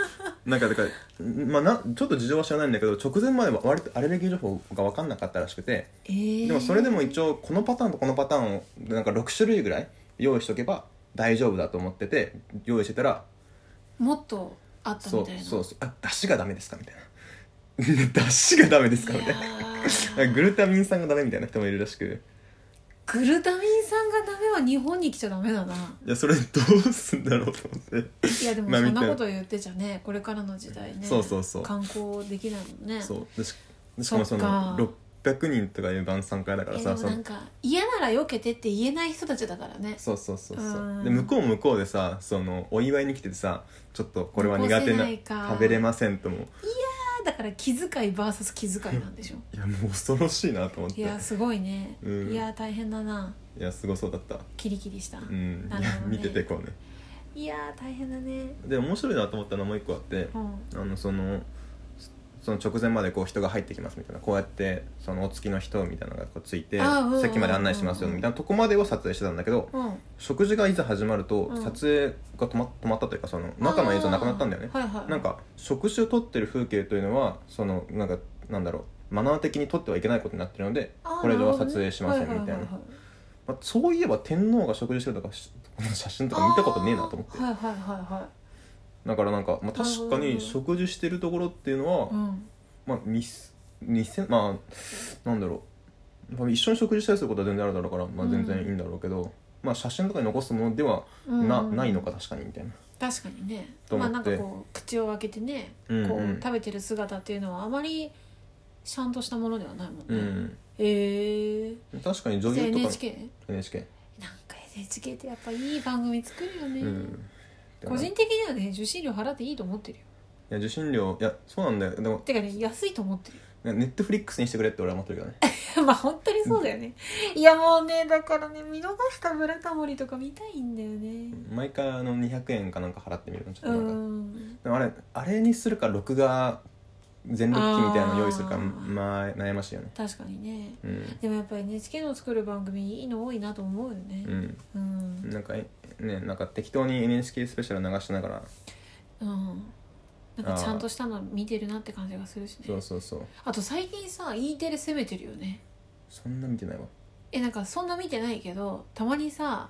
[SPEAKER 1] なんかだから、まあ、なちょっと事情は知らないんだけど直前までは割とアレルギー情報が分かんなかったらしくて
[SPEAKER 2] (laughs) えー
[SPEAKER 1] でもそれでも一応このパターンとこのパターンをなんか6種類ぐらい用意しとけば大丈夫だと思ってて用意してたら
[SPEAKER 2] もっとあった
[SPEAKER 1] そ
[SPEAKER 2] み
[SPEAKER 1] う
[SPEAKER 2] たいな
[SPEAKER 1] そうそうあ出汁がダメですかみたいな (laughs) 出汁がダメですかみ
[SPEAKER 2] い
[SPEAKER 1] たい
[SPEAKER 2] や
[SPEAKER 1] な
[SPEAKER 2] ー
[SPEAKER 1] グルタミン酸がダメみたいな人もいるらしく
[SPEAKER 2] グルタミン酸がダメは日本に来ちゃダメだない
[SPEAKER 1] やそれどうすんだろうと思って
[SPEAKER 2] いやでも
[SPEAKER 1] まあ
[SPEAKER 2] そん
[SPEAKER 1] 見
[SPEAKER 2] な
[SPEAKER 1] て
[SPEAKER 2] こと言ってちゃねこれからの時代ね
[SPEAKER 1] そうそうそう
[SPEAKER 2] 観光できないもんね
[SPEAKER 1] そうでしでしかもそ
[SPEAKER 2] そっ
[SPEAKER 1] の
[SPEAKER 2] か
[SPEAKER 1] 600人とかいう晩餐会だから
[SPEAKER 2] いや
[SPEAKER 1] さ
[SPEAKER 2] で
[SPEAKER 1] そ
[SPEAKER 2] も
[SPEAKER 1] の
[SPEAKER 2] なんか嫌なら避けてって言えない人たちだからね
[SPEAKER 1] そうそうそうそううんで向こうも向こうでさそのお祝いに来ててさちょっとこれは苦手
[SPEAKER 2] 残せ
[SPEAKER 1] な
[SPEAKER 2] ないか
[SPEAKER 1] 食べれませんとも
[SPEAKER 2] だから気遣い VS 気遣いなんでしょ
[SPEAKER 1] (laughs) いやもう恐ろしいなと思って
[SPEAKER 2] い
[SPEAKER 1] い
[SPEAKER 2] や
[SPEAKER 1] や
[SPEAKER 2] すごいね、
[SPEAKER 1] うん
[SPEAKER 2] いや大変だな
[SPEAKER 1] すごそうだった
[SPEAKER 2] キリキリした、
[SPEAKER 1] うん、
[SPEAKER 2] ないる
[SPEAKER 1] や
[SPEAKER 2] ほど
[SPEAKER 1] (laughs) 見
[SPEAKER 2] ね
[SPEAKER 1] ててこうね
[SPEAKER 2] いや大変だね
[SPEAKER 1] で面白いなと思ったのはもう一個あって
[SPEAKER 2] うん
[SPEAKER 1] あのそのその直前までこう人が入ってきますみたいなこうやってそのお付きの人みたいなのがこうついて
[SPEAKER 2] あうんうん
[SPEAKER 1] 席まで案内しますよみたいなとこまでを撮影してたんだけど
[SPEAKER 2] うん
[SPEAKER 1] 食事がいざ始まると
[SPEAKER 2] うん
[SPEAKER 1] 撮影が止ま止まったというかその中の映像なくなったんだよね
[SPEAKER 2] あーはいはい
[SPEAKER 1] なんか食事を撮ってる風景というのはそのなんかなんだろうマナー的に撮ってはいけないことになってるので
[SPEAKER 2] あー
[SPEAKER 1] これ以上は
[SPEAKER 2] な
[SPEAKER 1] 撮
[SPEAKER 2] るほどね
[SPEAKER 1] 影しませんみたいな、
[SPEAKER 2] はははは
[SPEAKER 1] まあ、そういえば天皇が食事してるとかし写真とか見たことねえなと思って
[SPEAKER 2] あーはいはいはいはい
[SPEAKER 1] だからなんか、まあ、確かに食事してるところっていうのは、
[SPEAKER 2] うん
[SPEAKER 1] まあミスミスまあなんだろうまあ一緒に食事したりすることは全然あるだろうから、まあ、全然いいんだろうけど、まあ写真とかに残すものでは
[SPEAKER 2] うん
[SPEAKER 1] な,、ないのか確かにみたいな
[SPEAKER 2] 確かにね
[SPEAKER 1] と
[SPEAKER 2] ま
[SPEAKER 1] 思
[SPEAKER 2] あ
[SPEAKER 1] って
[SPEAKER 2] なんかこう口を開けてね、
[SPEAKER 1] うんうん
[SPEAKER 2] こう食べてる姿っていうのはあまりちゃんとしたものではないもんね、
[SPEAKER 1] う
[SPEAKER 2] へ
[SPEAKER 1] ん
[SPEAKER 2] え
[SPEAKER 1] 確かに女
[SPEAKER 2] じゃあ
[SPEAKER 1] 優とか
[SPEAKER 2] NHK?
[SPEAKER 1] NHK
[SPEAKER 2] なんか NHK ってやっぱいい番組作るよね、
[SPEAKER 1] うんでも
[SPEAKER 2] 個人的にはね受信料払っていいと思ってるよ
[SPEAKER 1] いや受信料いやそうなんだよでも
[SPEAKER 2] てかね安いと思ってる (laughs)
[SPEAKER 1] ネットフリックスにしてくれって俺は思ってるけどね
[SPEAKER 2] よまあ本当にそうだよね、いやもうねだからね見逃した「ブラタモリ」とか見たいんだよね
[SPEAKER 1] 毎回あの200円かなんか払ってみるのちょっとな
[SPEAKER 2] う
[SPEAKER 1] んか、
[SPEAKER 2] ん
[SPEAKER 1] でもあれあれにするか録画全録機みたいなの用意するか
[SPEAKER 2] あー
[SPEAKER 1] まあ悩ましいよね
[SPEAKER 2] 確かにね
[SPEAKER 1] うん、
[SPEAKER 2] でもやっぱ NHK の作る番組いいの多いなと思うよね
[SPEAKER 1] うん、
[SPEAKER 2] うん、
[SPEAKER 1] なんかえねなんか適当に NHK スペシャル流しながら
[SPEAKER 2] うんなんかちゃんとしたの見てるなって感じがするし
[SPEAKER 1] そ
[SPEAKER 2] ね
[SPEAKER 1] うそうそう
[SPEAKER 2] あと最近さ E テレ攻めてるよね
[SPEAKER 1] そんな見てないわ
[SPEAKER 2] えなんかそんな見てないけどたまにさ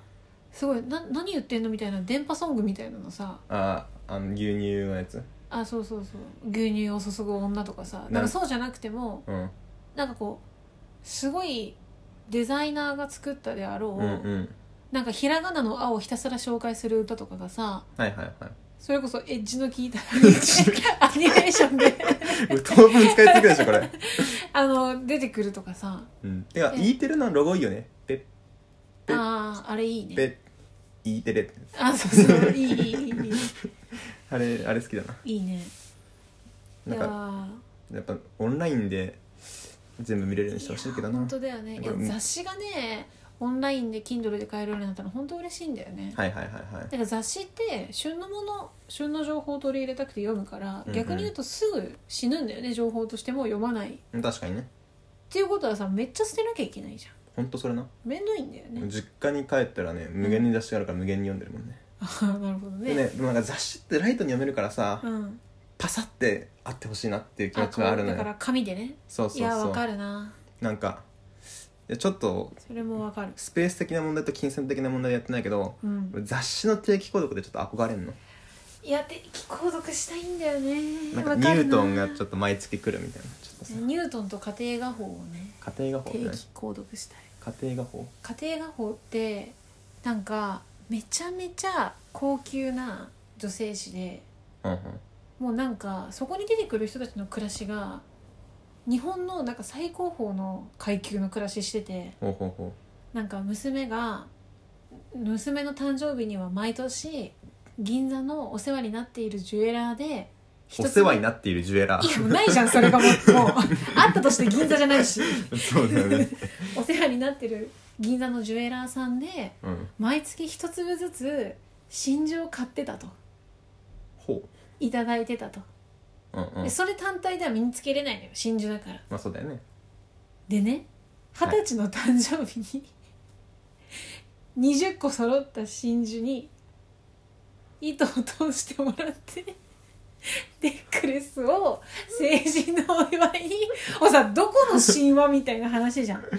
[SPEAKER 2] すごいな何言ってんのみたいな電波ソングみたいなのさ
[SPEAKER 1] あああの牛乳のやつ
[SPEAKER 2] あそうそうそう牛乳を注ぐ女とかさなんかそうじゃなくても
[SPEAKER 1] うん
[SPEAKER 2] なんかこうすごいデザイナーが作ったであろ
[SPEAKER 1] う
[SPEAKER 2] う、
[SPEAKER 1] んうん
[SPEAKER 2] なんかひらがなの「あ」をひたすら紹介する歌とかがさ
[SPEAKER 1] はいはいはい
[SPEAKER 2] それこそエッジの効いたアニメーションで
[SPEAKER 1] これ当分使い (laughs) すぎでしょこれ
[SPEAKER 2] あの出てくるとかさ
[SPEAKER 1] うんてか
[SPEAKER 2] え
[SPEAKER 1] E テレのロゴいいよねペッえ
[SPEAKER 2] あああれいいね
[SPEAKER 1] ペッ E テレ
[SPEAKER 2] あそうそういいいいいいいい
[SPEAKER 1] あれあれ好きだない
[SPEAKER 2] いねい
[SPEAKER 1] なん
[SPEAKER 2] や
[SPEAKER 1] か
[SPEAKER 2] ー
[SPEAKER 1] やっぱオンラインで全部見れるようにしてほしいけど
[SPEAKER 2] や
[SPEAKER 1] な
[SPEAKER 2] 本当だよねい
[SPEAKER 1] これ
[SPEAKER 2] や
[SPEAKER 1] うん
[SPEAKER 2] 雑誌がねオンラインで Kindle で買えるようになったの本当嬉しいんだよね、
[SPEAKER 1] はいはいはいはい
[SPEAKER 2] なんか雑誌って旬のもの旬の情報を取り入れたくて読むから、
[SPEAKER 1] うんうん
[SPEAKER 2] 逆に言うとすぐ死ぬんだよね情報としても読まないっ
[SPEAKER 1] うん確かにね
[SPEAKER 2] ていうことはさめっちゃ捨てなきゃいけないじゃ
[SPEAKER 1] ほんとそれなん
[SPEAKER 2] めんどいんだよね、
[SPEAKER 1] 実家に帰ったらね無限に雑誌があるから無限に読んでるもんね
[SPEAKER 2] (laughs) あーなるほどね
[SPEAKER 1] でねでもなんか雑誌ってライトに読めるからさ
[SPEAKER 2] うん、
[SPEAKER 1] パサってあってほしいなっていう気持ち
[SPEAKER 2] こう
[SPEAKER 1] はあるの
[SPEAKER 2] だか
[SPEAKER 1] よ
[SPEAKER 2] ら紙でね
[SPEAKER 1] そうそう
[SPEAKER 2] いや
[SPEAKER 1] そ
[SPEAKER 2] わか
[SPEAKER 1] う
[SPEAKER 2] るな
[SPEAKER 1] なんかいやちょっと
[SPEAKER 2] それもわかる
[SPEAKER 1] スペース的な問題と金銭的な問題でやってないけど
[SPEAKER 2] うん
[SPEAKER 1] 雑誌の定期購読でちょっと憧れんの
[SPEAKER 2] いやで購読したいんだよね
[SPEAKER 1] なんか
[SPEAKER 2] わ
[SPEAKER 1] ニ
[SPEAKER 2] る
[SPEAKER 1] ュートンがちょっと毎月来るみたいなちょっとさ
[SPEAKER 2] ニュートンと家庭画法をね
[SPEAKER 1] 家庭画法
[SPEAKER 2] 定
[SPEAKER 1] ね
[SPEAKER 2] 期購読したい
[SPEAKER 1] 家庭画法
[SPEAKER 2] 家庭画法ってなんかめちゃめちゃ高級な女性誌で
[SPEAKER 1] うんうん
[SPEAKER 2] もうなんかそこに出てくる人たちの暮らしが日本のなんか最高峰の階級の暮らししてて
[SPEAKER 1] ほうほうほ
[SPEAKER 2] なんか娘が娘の誕生日には毎年銀座のお世話になっているジュエラーで
[SPEAKER 1] うお
[SPEAKER 2] 一つ
[SPEAKER 1] 世話になっているジュエラ
[SPEAKER 2] いや (laughs)
[SPEAKER 1] ー
[SPEAKER 2] もうないじゃんそれがもうもうあったとして銀座じゃないし
[SPEAKER 1] そうだよね
[SPEAKER 2] お世話になってる銀座のジュエラーさんで
[SPEAKER 1] うん
[SPEAKER 2] 毎月一粒ずつ真珠を買ってたと
[SPEAKER 1] ほ
[SPEAKER 2] いただいてたと、
[SPEAKER 1] ううんうん
[SPEAKER 2] でそれ単体では身につけれないのよ真珠だから
[SPEAKER 1] まあそうだよね
[SPEAKER 2] でね二
[SPEAKER 1] はい
[SPEAKER 2] 十歳の誕生日に20個揃った真珠に糸を通してもらってネックレスを成人のお祝いにおさどこの神話みたいな話じゃんだか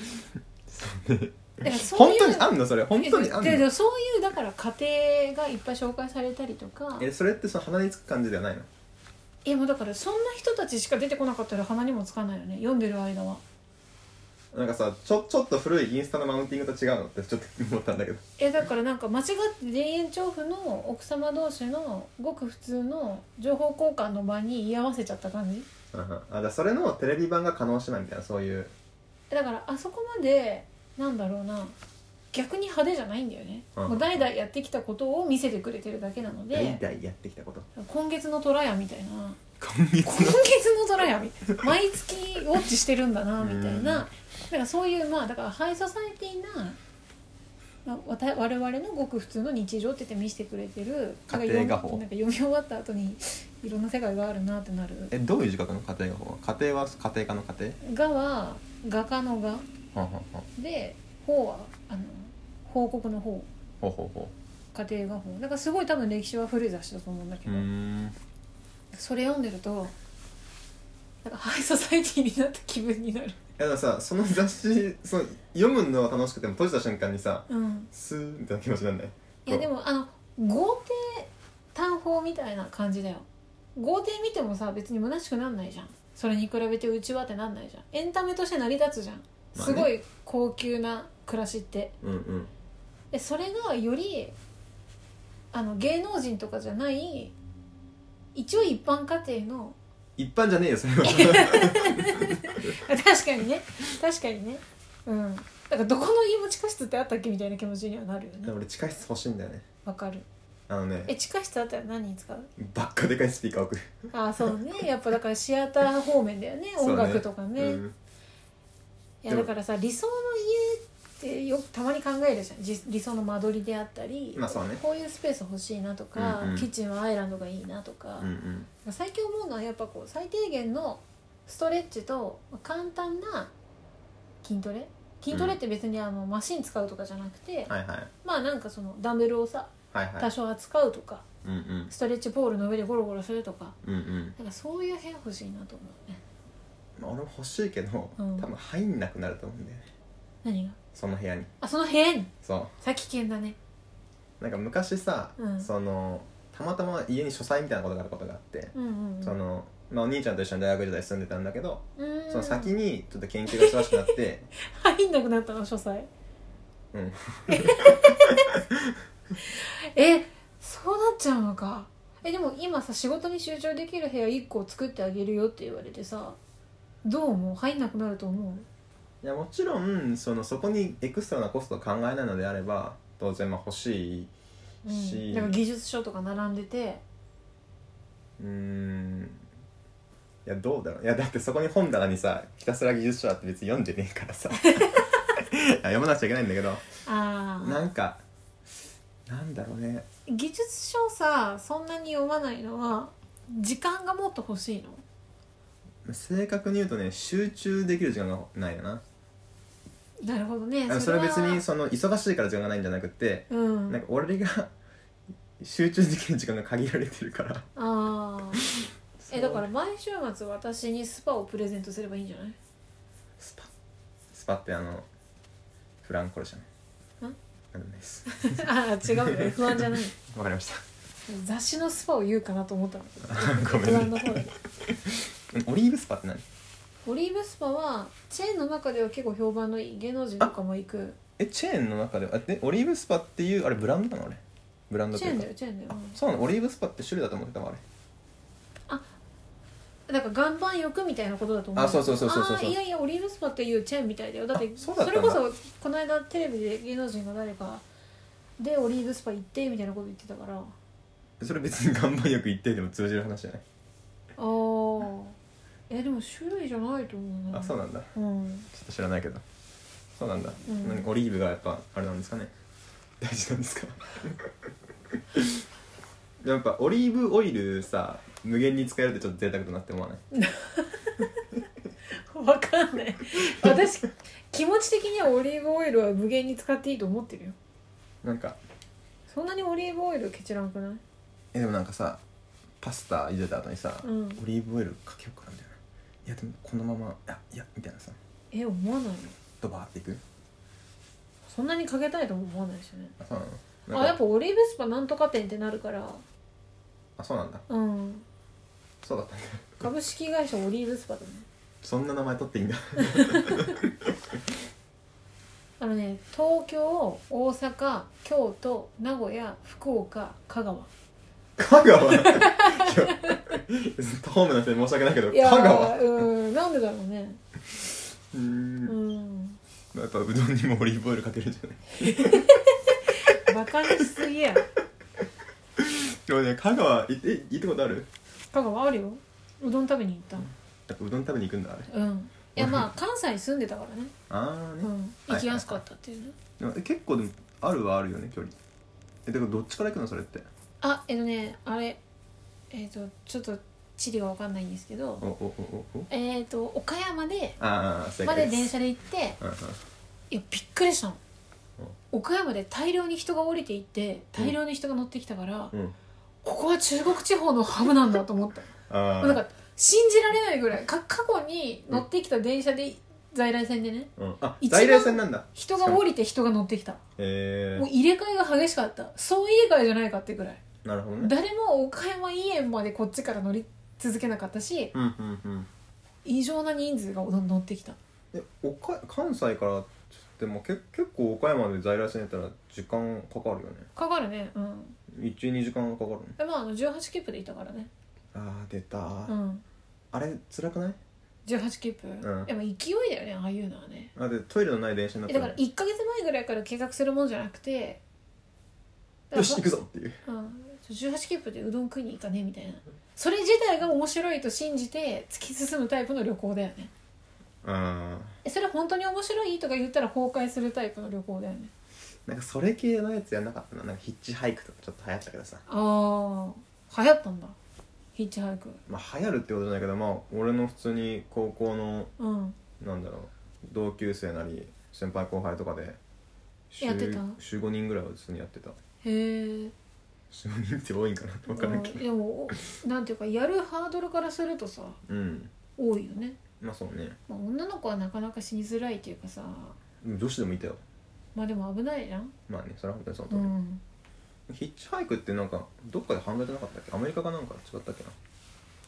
[SPEAKER 2] らそう
[SPEAKER 1] 本
[SPEAKER 2] いう
[SPEAKER 1] 当にあんのそれ本当にあん
[SPEAKER 2] で
[SPEAKER 1] の
[SPEAKER 2] でそういうだから家庭がいっぱい紹介されたりとか
[SPEAKER 1] えそれってその鼻につく感じではないの
[SPEAKER 2] えもうだからそんな人たちしか出てこなかったら鼻にもつかないよね読んでる間は
[SPEAKER 1] なんかさちょちょっと古いインスタのマウンティングと違うのってちょっと思ったんだけど
[SPEAKER 2] えだからなんか間違って田園調布の奥様同士のごく普通の情報交換の場に居合わせちゃった感じ
[SPEAKER 1] うんうんあだからそれのテレビ版が可能しないみたいなそういう
[SPEAKER 2] えだからあそこまでなんだろうな逆に派手じゃないんだよね、
[SPEAKER 1] うん
[SPEAKER 2] もう代々やってきたことを見せてくれてるだけなの
[SPEAKER 1] 代
[SPEAKER 2] で
[SPEAKER 1] 々やってきたこと
[SPEAKER 2] 今月のトラヤみたいな
[SPEAKER 1] 今月
[SPEAKER 2] 今月のドラヤみたいな毎月ウォッチしてるんだなみたいな
[SPEAKER 1] うん
[SPEAKER 2] だからそういうまあだからハイソサイティなまあわた我々のごく普通の日常って言って見せてくれてる
[SPEAKER 1] 家庭画法
[SPEAKER 2] なんか読み終わった後にいろんな世界があるなってなる
[SPEAKER 1] (laughs) えどういう字書くの家庭画法は家庭は家庭科の家庭
[SPEAKER 2] 「画」は画家の「画
[SPEAKER 1] ほうほうほう」
[SPEAKER 2] で「法」はあの報告の「法
[SPEAKER 1] ほうほうほ」
[SPEAKER 2] 家庭画法だからすごい多分歴史は古い雑誌だと思うんだけ
[SPEAKER 1] うう
[SPEAKER 2] ど、
[SPEAKER 1] ーん
[SPEAKER 2] それ読んでるとなんかハイソサイティになった気分になる。
[SPEAKER 1] いやでもさその雑誌その読むのは楽しくても閉じた瞬間にさ
[SPEAKER 2] うん
[SPEAKER 1] スーみたいな気持ちになんない
[SPEAKER 2] い
[SPEAKER 1] こ
[SPEAKER 2] や
[SPEAKER 1] う
[SPEAKER 2] でもあの豪邸探訪みたいな感じだよ豪邸見てもさ別に虚しくなんないじゃんそれに比べてうちはってなんないじゃんエンタメとして成り立つじゃん
[SPEAKER 1] まあ
[SPEAKER 2] す
[SPEAKER 1] ね
[SPEAKER 2] ごい高級な暮らしって
[SPEAKER 1] うんうん
[SPEAKER 2] でそれがよりあの芸能人とかじゃない一応一般家庭の (laughs)
[SPEAKER 1] 一般じゃねえよそれは
[SPEAKER 2] 確かにね確かにねうんだからどこの家も地下室ってあったっけみたいな気持ちにはなるよ
[SPEAKER 1] で
[SPEAKER 2] ね
[SPEAKER 1] も俺地下室欲しいんだよね
[SPEAKER 2] わかる
[SPEAKER 1] あのね
[SPEAKER 2] え地下室あったら何に使う
[SPEAKER 1] ばっかでかいスピーカー置く
[SPEAKER 2] あーそうねやっぱだからシアター方面だよね音楽とかね
[SPEAKER 1] そううん
[SPEAKER 2] いやだからさ理想の家ってよくたまに考えるじゃんじ理想の間取りであったり、
[SPEAKER 1] まあそうね
[SPEAKER 2] こういうスペース欲しいなとか、
[SPEAKER 1] うんうん
[SPEAKER 2] キッチンはアイランドがいいなとか、
[SPEAKER 1] うんうん
[SPEAKER 2] 最近思うのはやっぱこう最低限のストレッチと簡単な筋トレ筋トレって別にあのマシン使うとかじゃなくて、
[SPEAKER 1] はいはい
[SPEAKER 2] まあなんかそのダンベルをさ
[SPEAKER 1] はいは
[SPEAKER 2] 多
[SPEAKER 1] い
[SPEAKER 2] 少扱うとか、
[SPEAKER 1] うんうん
[SPEAKER 2] ストレッチポールの上でゴロゴロするとか
[SPEAKER 1] うんうん
[SPEAKER 2] なんかそういう部屋欲しいなと思うね
[SPEAKER 1] まあ俺も欲しいけど、
[SPEAKER 2] うん
[SPEAKER 1] 多分入んなくなると思うんだよね
[SPEAKER 2] 何が
[SPEAKER 1] その部屋に
[SPEAKER 2] あその部屋に
[SPEAKER 1] そ
[SPEAKER 2] さっき県だね
[SPEAKER 1] うなんか昔さ、
[SPEAKER 2] うん
[SPEAKER 1] そのたまたま家に書斎みたいなことがあることがあって、
[SPEAKER 2] うんうんうん
[SPEAKER 1] その、まあ、お兄ちゃんと一緒に大学時代住んでたんだけど、
[SPEAKER 2] うん
[SPEAKER 1] その先にちょっと研究が忙しくなって
[SPEAKER 2] 入んなくなったの書斎
[SPEAKER 1] うん
[SPEAKER 2] (laughs) えそうなっちゃうのかえでも今さ仕事に集中できる部屋1個作ってあげるよって言われてさどう思う入んなくなると思、
[SPEAKER 1] いやもちろんそのそこにエクストラなコストを考えないのであれば当然まあ欲しいう
[SPEAKER 2] う
[SPEAKER 1] し
[SPEAKER 2] ん、なんか技術書とか並んでて
[SPEAKER 1] うーんいやどうだろういやだってそこに本棚にさひたすら技術書あって別に読んでねえ
[SPEAKER 2] (laughs)
[SPEAKER 1] からさいや読まなくちゃいけないんだけど
[SPEAKER 2] あ
[SPEAKER 1] なんかなんだろうね
[SPEAKER 2] 技術書さそんなに読まないのは時間がもっと欲しいの
[SPEAKER 1] 正確に言うとね集中できる時間がないよな
[SPEAKER 2] なるほどね
[SPEAKER 1] あのそれは別にその忙しいから時間がないんじゃなくて
[SPEAKER 2] うん
[SPEAKER 1] なんか俺が (laughs) 集中できる時間が限られてるから
[SPEAKER 2] ああえだから
[SPEAKER 1] そう
[SPEAKER 2] 毎週末私にスパをプレゼントすればいいんじ
[SPEAKER 1] (laughs)
[SPEAKER 2] ゃない
[SPEAKER 1] スパスパってあのフランコロじゃない
[SPEAKER 2] ん
[SPEAKER 1] なんでもないです
[SPEAKER 2] ああ違うね不安じゃない
[SPEAKER 1] わかりました (laughs)
[SPEAKER 2] 雑誌のスパを言うかなと思ったの
[SPEAKER 1] ごめんね
[SPEAKER 2] 不安の方で
[SPEAKER 1] オリーブスパって何
[SPEAKER 2] オリーブスパはチェーンの中では結構評判のいい芸能人とかも行く
[SPEAKER 1] えチェーンの中であでオリーブスパっていうあれブランドなのあれブランド
[SPEAKER 2] チ
[SPEAKER 1] と
[SPEAKER 2] ェ
[SPEAKER 1] い
[SPEAKER 2] ーン
[SPEAKER 1] う
[SPEAKER 2] だ
[SPEAKER 1] か
[SPEAKER 2] よチェーンだよ
[SPEAKER 1] あ、そうなのオリーブスパって種類だと思ってたもんあれ
[SPEAKER 2] うん、だから岩盤浴みたいなことだと思う
[SPEAKER 1] あそうそうそうそうそう
[SPEAKER 2] あーいやいやオリーブスパっていうチェーンみたいだよだって
[SPEAKER 1] あそ
[SPEAKER 2] そう
[SPEAKER 1] だったん
[SPEAKER 2] れ
[SPEAKER 1] だ
[SPEAKER 2] こそこの間テレビで芸能人が誰かでオリーブスパ行ってみたいなこと言ってたからあ
[SPEAKER 1] それ別に岩盤浴行ってでも通じる話じゃない、
[SPEAKER 2] あえでも種類じゃないと思うな
[SPEAKER 1] あそう
[SPEAKER 2] う
[SPEAKER 1] なんだちょ
[SPEAKER 2] うん
[SPEAKER 1] っと知らないけどそうなんだ、
[SPEAKER 2] うん
[SPEAKER 1] 何オリーブがやっぱあれなんですかね大事なんですか (laughs) やっぱオリーブオイルさ無限に使えるってちょっと贅沢だなって思わない
[SPEAKER 2] (laughs) わかんない私気持ち的にはオリーブオイルは無限に使っていいと思ってるよ
[SPEAKER 1] なんか
[SPEAKER 2] そんなにオリーブオイルケチらんくない
[SPEAKER 1] えでもなんかさパスタ茹でた後にさ、
[SPEAKER 2] うん
[SPEAKER 1] オリーブオイルかけようかなみたいないやでもこのままあいやみたいなさ
[SPEAKER 2] え思わないの
[SPEAKER 1] ドバーっていく
[SPEAKER 2] そんなにかけたいとも思わないしね
[SPEAKER 1] あそうなの
[SPEAKER 2] あやっ
[SPEAKER 1] ぱ
[SPEAKER 2] ぱオリーブスパなんとか店ってなるから
[SPEAKER 1] あそうなんだ
[SPEAKER 2] うん
[SPEAKER 1] そうだったんだ
[SPEAKER 2] 株式会社オリーブスパだね
[SPEAKER 1] (laughs) そんな名前取っていいんだ
[SPEAKER 2] あのね東京大阪京都名古屋福岡香川
[SPEAKER 1] 香川いやホームの人に申し訳ないけど
[SPEAKER 2] いや
[SPEAKER 1] 香川
[SPEAKER 2] ーうんなんでだろうね
[SPEAKER 1] うー
[SPEAKER 2] うんん
[SPEAKER 1] やっぱうどんにもオリーブオイルかけるんじゃない
[SPEAKER 2] バカにしすぎや
[SPEAKER 1] でもね香川いえ行ったことある
[SPEAKER 2] 香川あるようどん食べに行っ
[SPEAKER 1] やっぱうどん食べに行くんだあれ
[SPEAKER 2] たうんいやまあ関西住んでたからね、
[SPEAKER 1] ああ
[SPEAKER 2] う
[SPEAKER 1] ね、
[SPEAKER 2] ん、行きやすかったっていうね、
[SPEAKER 1] でもえ結構でもあるはあるよね距離えだからどっちから行くのそれって
[SPEAKER 2] あえっとねあれえっ、とちょっと地理がわかんないんですけど
[SPEAKER 1] おおおおお
[SPEAKER 2] えっ、と岡山で
[SPEAKER 1] ああ正
[SPEAKER 2] ま
[SPEAKER 1] 解
[SPEAKER 2] で
[SPEAKER 1] です
[SPEAKER 2] 電車で行って
[SPEAKER 1] うんうん
[SPEAKER 2] いやびっくりしたの岡山で大量に人が降りていって大量に人が乗ってきたから、
[SPEAKER 1] うん
[SPEAKER 2] ここは中国地方のハブなんだと思った
[SPEAKER 1] あ
[SPEAKER 2] もうなんか信じられないぐらいか過去に乗ってきた電車で在来線でね
[SPEAKER 1] うん、あ
[SPEAKER 2] 一番
[SPEAKER 1] 在来線なんだ
[SPEAKER 2] 人が降りて人が乗ってきた
[SPEAKER 1] え
[SPEAKER 2] もう入れ替えが激しかったそう入れ替えじゃないかってぐらい
[SPEAKER 1] ー、なるほどね
[SPEAKER 2] 誰も岡山医園までこっちから乗り続けなかったし
[SPEAKER 1] うんうんうん
[SPEAKER 2] 異常な人数が乗ってきた
[SPEAKER 1] えおか関西からでもけ結構岡山で在来線やったら時間かかるよね
[SPEAKER 2] かかるねうん
[SPEAKER 1] 12時間はかかるね
[SPEAKER 2] でまああの18切符でいたからね
[SPEAKER 1] あー出た、
[SPEAKER 2] うん
[SPEAKER 1] あれ辛くない
[SPEAKER 2] 18切符、
[SPEAKER 1] うん
[SPEAKER 2] でも勢いだよねああいうのはね
[SPEAKER 1] あでトイレのない電車になっ
[SPEAKER 2] え
[SPEAKER 1] た
[SPEAKER 2] だ
[SPEAKER 1] ら
[SPEAKER 2] から1か月前ぐらいから計画するもんじゃなくて
[SPEAKER 1] よし行くぞっていう
[SPEAKER 2] うん、18切符でうどん食いに行かねみたいなそれ自体が面白いと信じて突き進むタイプの旅行だよね
[SPEAKER 1] あ
[SPEAKER 2] えそれ本当に面白いとか言ったら崩壊するタイプの旅行だよね
[SPEAKER 1] ーなんかそれ系のやつやんなかったななんかヒッチハイクとかちょっと流行ったけどさ
[SPEAKER 2] ああ流行ったんだヒッチハイク
[SPEAKER 1] まあ流行るってことじゃないけどまあ俺の普通に高校の
[SPEAKER 2] うん
[SPEAKER 1] なんだろう同級生なり先輩後輩とかで週
[SPEAKER 2] やってた
[SPEAKER 1] 週5人ぐらいは普通にやってた
[SPEAKER 2] へえ
[SPEAKER 1] 承認って多いんかな分からんけ
[SPEAKER 2] うん
[SPEAKER 1] ど
[SPEAKER 2] でもおなんていうかやるハードルからするとさ
[SPEAKER 1] うん
[SPEAKER 2] 多いよね、
[SPEAKER 1] まあそうね
[SPEAKER 2] まあ、女の子はなかなか死にづらいというかさ
[SPEAKER 1] でも女子でもいたよ
[SPEAKER 2] まあでも危ないじゃん、
[SPEAKER 1] まあねそれは本当にその通
[SPEAKER 2] う
[SPEAKER 1] り、
[SPEAKER 2] ん、 (laughs)
[SPEAKER 1] ヒッチハイクってなんかどっかで犯罪じゃなかったっけアメリカかなんか違ったっけな、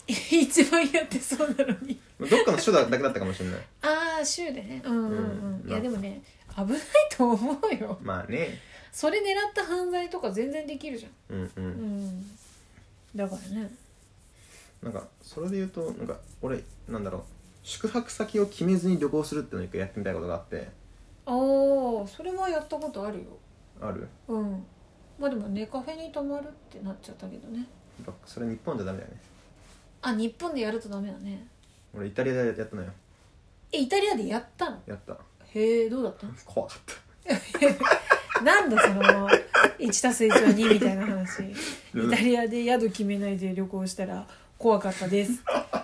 [SPEAKER 2] 一番やってそうなのに
[SPEAKER 1] まあどっかの人だだけだったかもしれ
[SPEAKER 2] (laughs)
[SPEAKER 1] ない
[SPEAKER 2] ああ州でねうんうんうん、
[SPEAKER 1] うん
[SPEAKER 2] いやでもね危ないと思うよ
[SPEAKER 1] まあね
[SPEAKER 2] それ狙った犯罪とか全然できるじゃ
[SPEAKER 1] うんうん、
[SPEAKER 2] んうんだからね
[SPEAKER 1] なんかそれで言うとなんか俺なんだろう宿泊先を決めずに旅行するっていうのを一回やってみたいことがあって
[SPEAKER 2] ああそれはやったことあるよ
[SPEAKER 1] あるや
[SPEAKER 2] うんまあでもねカフェに泊まるってなっちゃったけどね
[SPEAKER 1] っぱそれ日本じゃダメだよね
[SPEAKER 2] あ日本でやるとダメだね
[SPEAKER 1] 俺イタリアでやったのよ
[SPEAKER 2] えイタリアでやったの
[SPEAKER 1] やった
[SPEAKER 2] へえどうだった
[SPEAKER 1] 怖かった
[SPEAKER 2] なんだその (laughs) 1+1=2 みたいな話イ
[SPEAKER 1] うん
[SPEAKER 2] タリアで宿決めないで旅行したら怖かったです (laughs)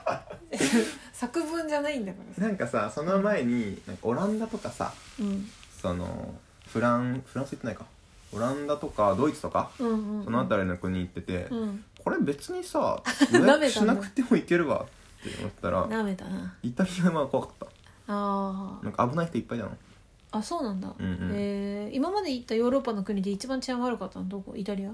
[SPEAKER 2] 作文じゃないんだからさ、
[SPEAKER 1] なんかさその前になんかオランダとかさ
[SPEAKER 2] うん、
[SPEAKER 1] そのフランフランス行ってないかオランダとかドイツとか
[SPEAKER 2] うんうんうん
[SPEAKER 1] その辺りの国行ってて、
[SPEAKER 2] うん
[SPEAKER 1] これ別に
[SPEAKER 2] (laughs)
[SPEAKER 1] さ
[SPEAKER 2] め
[SPEAKER 1] 予
[SPEAKER 2] たんだ
[SPEAKER 1] 約しなくても行けるわって思ったら
[SPEAKER 2] なめたな
[SPEAKER 1] イタリアは怖かっ
[SPEAKER 2] あ
[SPEAKER 1] たなんか危ない人いっぱいだの
[SPEAKER 2] ああそうなんだ、
[SPEAKER 1] うんうん
[SPEAKER 2] えー今まで行ったヨーロッパの国で一番治安悪かったのどこイタリア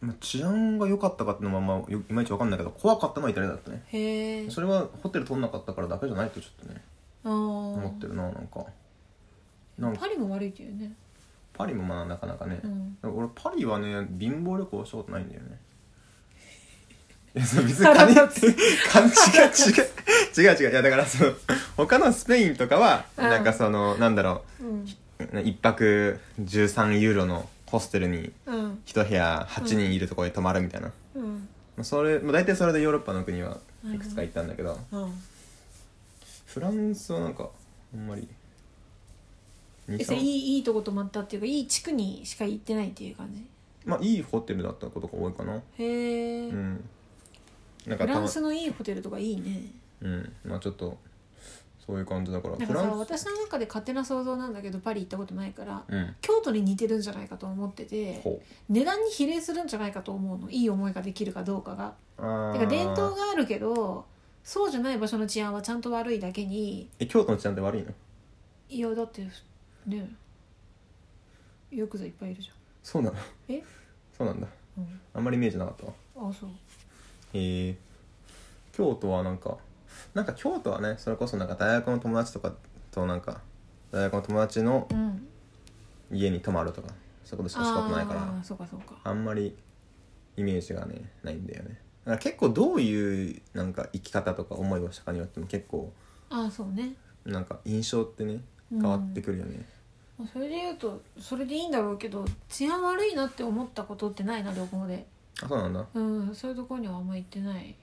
[SPEAKER 1] まあ治安が良かったかっていうのはまあよいまいちわかんないけど怖かったのはイタリアだったね
[SPEAKER 2] へえ
[SPEAKER 1] それはホテル取んなかったからだけじゃないとちょっとね
[SPEAKER 2] あ
[SPEAKER 1] 思って
[SPEAKER 2] あ
[SPEAKER 1] るななんかなんか
[SPEAKER 2] パリも悪いけどね、
[SPEAKER 1] パリもまあなかなかね、
[SPEAKER 2] うん、
[SPEAKER 1] 俺パリはね貧乏旅行したことないんだよ
[SPEAKER 2] (laughs)
[SPEAKER 1] ねいやそう別に
[SPEAKER 2] 腹
[SPEAKER 1] 金
[SPEAKER 2] 立つ
[SPEAKER 1] 勘違い違う違う違ういやだからその他のスペインとかは
[SPEAKER 2] うん
[SPEAKER 1] なんかそのなんだろ
[SPEAKER 2] うん
[SPEAKER 1] う一泊13ユーロのホステルに
[SPEAKER 2] うん
[SPEAKER 1] 一部屋8人いるところで泊まるみたいな、
[SPEAKER 2] うん
[SPEAKER 1] まあそれまあ大体それでヨーロッパの国はいくつか行ったんだけど、
[SPEAKER 2] うん
[SPEAKER 1] フランスはなんかあんまり
[SPEAKER 2] えそれ
[SPEAKER 1] 23
[SPEAKER 2] いいいいとこ泊まったっていうかいい地区にしか行ってないっていう感じ
[SPEAKER 1] まあいいホテルだったことが多いかな
[SPEAKER 2] へえ、
[SPEAKER 1] うんなん
[SPEAKER 2] フ
[SPEAKER 1] かた
[SPEAKER 2] ラ
[SPEAKER 1] ま
[SPEAKER 2] ンスのいいホテルとかいいね
[SPEAKER 1] うんまあちょっとそういう感じだから
[SPEAKER 2] なん
[SPEAKER 1] フ
[SPEAKER 2] か
[SPEAKER 1] ラ
[SPEAKER 2] さ
[SPEAKER 1] ンス
[SPEAKER 2] 私の中で勝手な想像なんだけどパリ行ったことないから
[SPEAKER 1] うん
[SPEAKER 2] 京都に似てるんじゃないかと思ってて
[SPEAKER 1] ほ
[SPEAKER 2] 値段に比例するんじゃないかと思うのいい思いができるかどうかが
[SPEAKER 1] うあ
[SPEAKER 2] だか
[SPEAKER 1] ー
[SPEAKER 2] ら伝統があるけどそうじゃない場所の治安はちゃんと悪いだけに
[SPEAKER 1] え京都の治安って悪いの
[SPEAKER 2] いやだってねよくざいっぱいいるじ
[SPEAKER 1] そうなの
[SPEAKER 2] え
[SPEAKER 1] そうなんだ
[SPEAKER 2] ゃん、うん
[SPEAKER 1] あんまりイメージなかったわ
[SPEAKER 2] あそう
[SPEAKER 1] へえ京都はなんかなんか京都はねそれこそなんか大学の友達とかとなんか大学の友達の
[SPEAKER 2] うん
[SPEAKER 1] 家に泊まるとかそういうことしかしたことないから
[SPEAKER 2] あーそうかそうか
[SPEAKER 1] あんまりイメージがねないんだよねだから結構どういうなんか生き方とか思いをしたかによっても結構
[SPEAKER 2] ああそうね
[SPEAKER 1] なんか印象ってね変わってくるよね、
[SPEAKER 2] まあそれで言うとそれでいいんだろうけど治安悪いなって思ったことってないな旅行で
[SPEAKER 1] あそうなんだ
[SPEAKER 2] うんそういうところにはあんま行ってない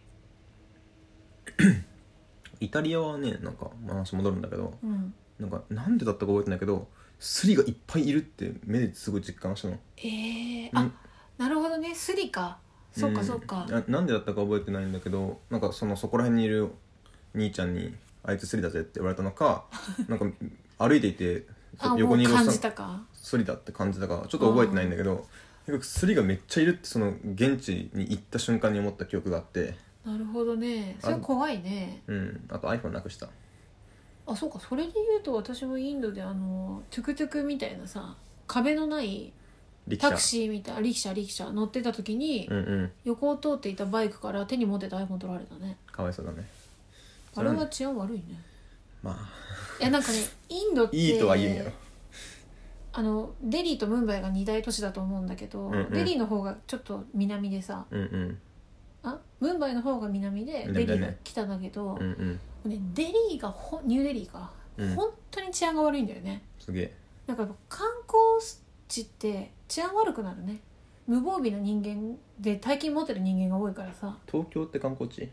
[SPEAKER 1] イタリアはねなんかまあ話戻るんだけど
[SPEAKER 2] うん
[SPEAKER 1] なんかなんでだったか覚えてないけどスリがいっぱいいるって目ですごい実感したの
[SPEAKER 2] ええ
[SPEAKER 1] う
[SPEAKER 2] あ
[SPEAKER 1] ん
[SPEAKER 2] なるほどねスリかそっか
[SPEAKER 1] ん
[SPEAKER 2] そっか
[SPEAKER 1] ななんでだったか覚えてないんだけどなんかそのそこら辺にいる兄ちゃんに「あいつスリだぜ」って言われたの
[SPEAKER 2] (laughs)
[SPEAKER 1] かなんか歩いていて
[SPEAKER 2] あも
[SPEAKER 1] 横
[SPEAKER 2] う
[SPEAKER 1] にいるおっ
[SPEAKER 2] 感
[SPEAKER 1] さん
[SPEAKER 2] じたか
[SPEAKER 1] スリだって感じだからちょっと覚えてないんだけどとにかくスリがめっちゃいるってその現地に行った瞬間に思った記憶があって
[SPEAKER 2] なるほどねそれ怖いね
[SPEAKER 1] うんあと iPhone なくした
[SPEAKER 2] あそうかそれで言うと私もインドであのトゥクトゥクみたいなさ壁のない
[SPEAKER 1] 力車
[SPEAKER 2] タクシーみたいな力車力車乗ってた時に、
[SPEAKER 1] うんうん
[SPEAKER 2] 横を通っていたバイクから手に持ってた iPhone 取られたね
[SPEAKER 1] かわいそうだね
[SPEAKER 2] あれは治安悪いね
[SPEAKER 1] まあ
[SPEAKER 2] いやなんかねインドっ
[SPEAKER 1] (laughs)
[SPEAKER 2] て
[SPEAKER 1] いいとは言えんやろ
[SPEAKER 2] あのデリーとムンバイが二大都市だと思うんだけど、
[SPEAKER 1] うんうん
[SPEAKER 2] デリーの方がちょっと南でさ
[SPEAKER 1] うんうん
[SPEAKER 2] あムンバイの方が南でデ
[SPEAKER 1] 南
[SPEAKER 2] リ
[SPEAKER 1] だね
[SPEAKER 2] ーが北だけ
[SPEAKER 1] う
[SPEAKER 2] ど、
[SPEAKER 1] んうん
[SPEAKER 2] ね、デリーがほニューデリーか、
[SPEAKER 1] うん
[SPEAKER 2] 本当に治安が悪いんだよね
[SPEAKER 1] すげえ
[SPEAKER 2] なんか観光地って治安悪くなるね無防備な人間で大金持ってる人間が多いからさ
[SPEAKER 1] 東京って観光地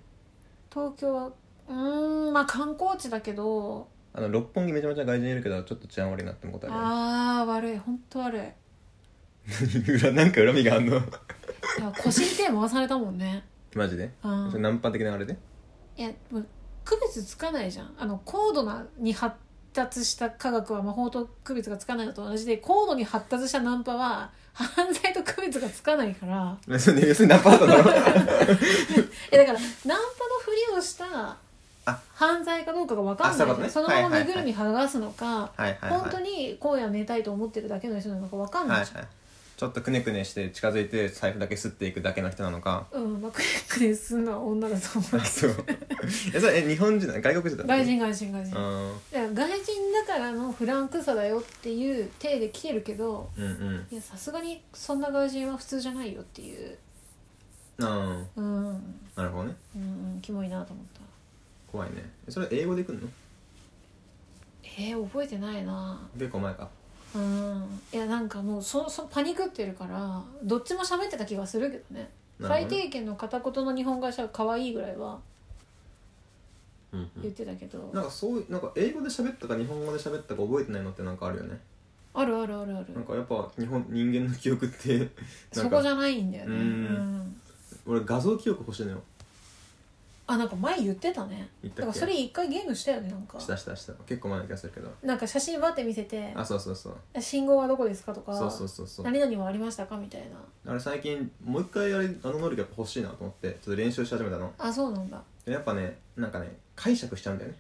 [SPEAKER 2] 東京はうーんまあ観光地だけど
[SPEAKER 1] あの六本木めちゃめちゃ外人いるけどちょっと治安悪いなって思ったね
[SPEAKER 2] あー悪い本当悪い
[SPEAKER 1] 裏 (laughs) なんか恨みがあんの
[SPEAKER 2] いや腰に手回されたもんね
[SPEAKER 1] マジで
[SPEAKER 2] うん
[SPEAKER 1] それナンパ的なあれで (laughs)
[SPEAKER 2] いやもう区別つかないじゃんあの高度なに発達した科学は魔法と区別がつかないのと同じで高度に発達したナンパは犯罪と区別がつかないから
[SPEAKER 1] 別に別にナンパだった
[SPEAKER 2] (laughs)
[SPEAKER 1] だろ
[SPEAKER 2] えだからナンパのふりをした
[SPEAKER 1] あ
[SPEAKER 2] 犯罪かどうかが分か
[SPEAKER 1] あ
[SPEAKER 2] んな
[SPEAKER 1] そ
[SPEAKER 2] いう
[SPEAKER 1] いうことね
[SPEAKER 2] そのま
[SPEAKER 1] はいはい
[SPEAKER 2] ま身
[SPEAKER 1] はい
[SPEAKER 2] ぐるみ剥がすのか、
[SPEAKER 1] はいはいはい
[SPEAKER 2] 本当に今夜寝たいと思ってるだけの人なのか分かん
[SPEAKER 1] は
[SPEAKER 2] ないい、
[SPEAKER 1] はいちょっとくねくねして近づいて財布だけ吸っていくだけの人なの
[SPEAKER 2] (laughs)
[SPEAKER 1] か
[SPEAKER 2] うんまあクリックですんのは女だと思う
[SPEAKER 1] あ (laughs) そうえそれえ日本人なの外国人だった
[SPEAKER 2] 外人外人外人、
[SPEAKER 1] うん
[SPEAKER 2] いや外人だからのフランクさだよっていう体で来てるけど
[SPEAKER 1] うんうん
[SPEAKER 2] いやさすがにそんな外人は普通じゃないよっていう
[SPEAKER 1] うん
[SPEAKER 2] うん
[SPEAKER 1] なるほどね
[SPEAKER 2] うんうんキモいなと思った
[SPEAKER 1] 怖いねえそれ英語で来るの
[SPEAKER 2] えー、覚えてないな
[SPEAKER 1] 結構前か
[SPEAKER 2] うんいやなんかもうそそパニクってるからどっちも喋ってた気がするけどね
[SPEAKER 1] なるほど
[SPEAKER 2] 最低限の片言の日本語は可愛いぐらいは
[SPEAKER 1] うんう
[SPEAKER 2] 言っ
[SPEAKER 1] ん
[SPEAKER 2] てたけど、
[SPEAKER 1] なんかそういうなんか英語で喋ったか日本語で喋ったか覚えてないのってなんかあるよね
[SPEAKER 2] あるあるあるある
[SPEAKER 1] なんかやっぱ日本人間の記憶ってな
[SPEAKER 2] そ
[SPEAKER 1] ん
[SPEAKER 2] こじ
[SPEAKER 1] か
[SPEAKER 2] ゃないんだよね
[SPEAKER 1] うん
[SPEAKER 2] うん
[SPEAKER 1] 俺画像記憶欲しいのよ
[SPEAKER 2] あなんか前言ってたね
[SPEAKER 1] 言ったっけ
[SPEAKER 2] だからそれ一回ゲームしたよねなんか
[SPEAKER 1] したしたした結構前の気がするけど
[SPEAKER 2] なんか写真バって見せて
[SPEAKER 1] あそうそうそう
[SPEAKER 2] 信号はどこですかとか
[SPEAKER 1] そうそうそうそう
[SPEAKER 2] 何々はありましたかみたいな
[SPEAKER 1] あれ最近もう一回あれあの能力やっぱ欲しいなと思ってちょっと練習し始めたの
[SPEAKER 2] あそうなんだ
[SPEAKER 1] でやっぱねなんかね解釈しちゃうんだよね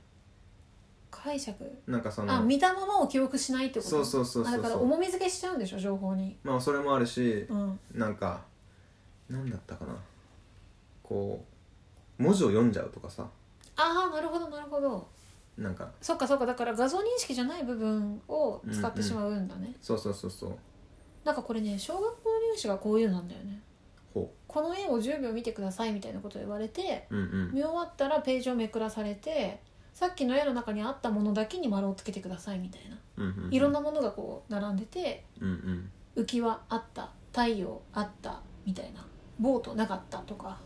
[SPEAKER 2] 解釈
[SPEAKER 1] なんかその
[SPEAKER 2] あ見たままを記憶しないってこと
[SPEAKER 1] そうそうそう
[SPEAKER 2] あ
[SPEAKER 1] そう
[SPEAKER 2] だから
[SPEAKER 1] そう
[SPEAKER 2] 重み付けしちゃうんでしょ情報に
[SPEAKER 1] まあそれもあるし
[SPEAKER 2] うん
[SPEAKER 1] なんかなんだったかなこう文字を読んじゃうとかさ
[SPEAKER 2] ああなるほどなるほど
[SPEAKER 1] なんか
[SPEAKER 2] そっかそっかだから画像認識じゃない部分を使ってしまうんだね、
[SPEAKER 1] そうそうそうそう
[SPEAKER 2] なんかこれね小学校入試がこういうのなんだよね
[SPEAKER 1] ほ
[SPEAKER 2] この絵を10秒見てくださいみたいなこと言われて
[SPEAKER 1] ううんうん
[SPEAKER 2] 見終わったらページをめくらされてさっきの絵の中にあったものだけに丸をつけてくださいみたいな
[SPEAKER 1] うんうんうん
[SPEAKER 2] いろんなものがこう並んでて
[SPEAKER 1] うんうん
[SPEAKER 2] 浮き輪あった太陽あったみたいなボートなかったとか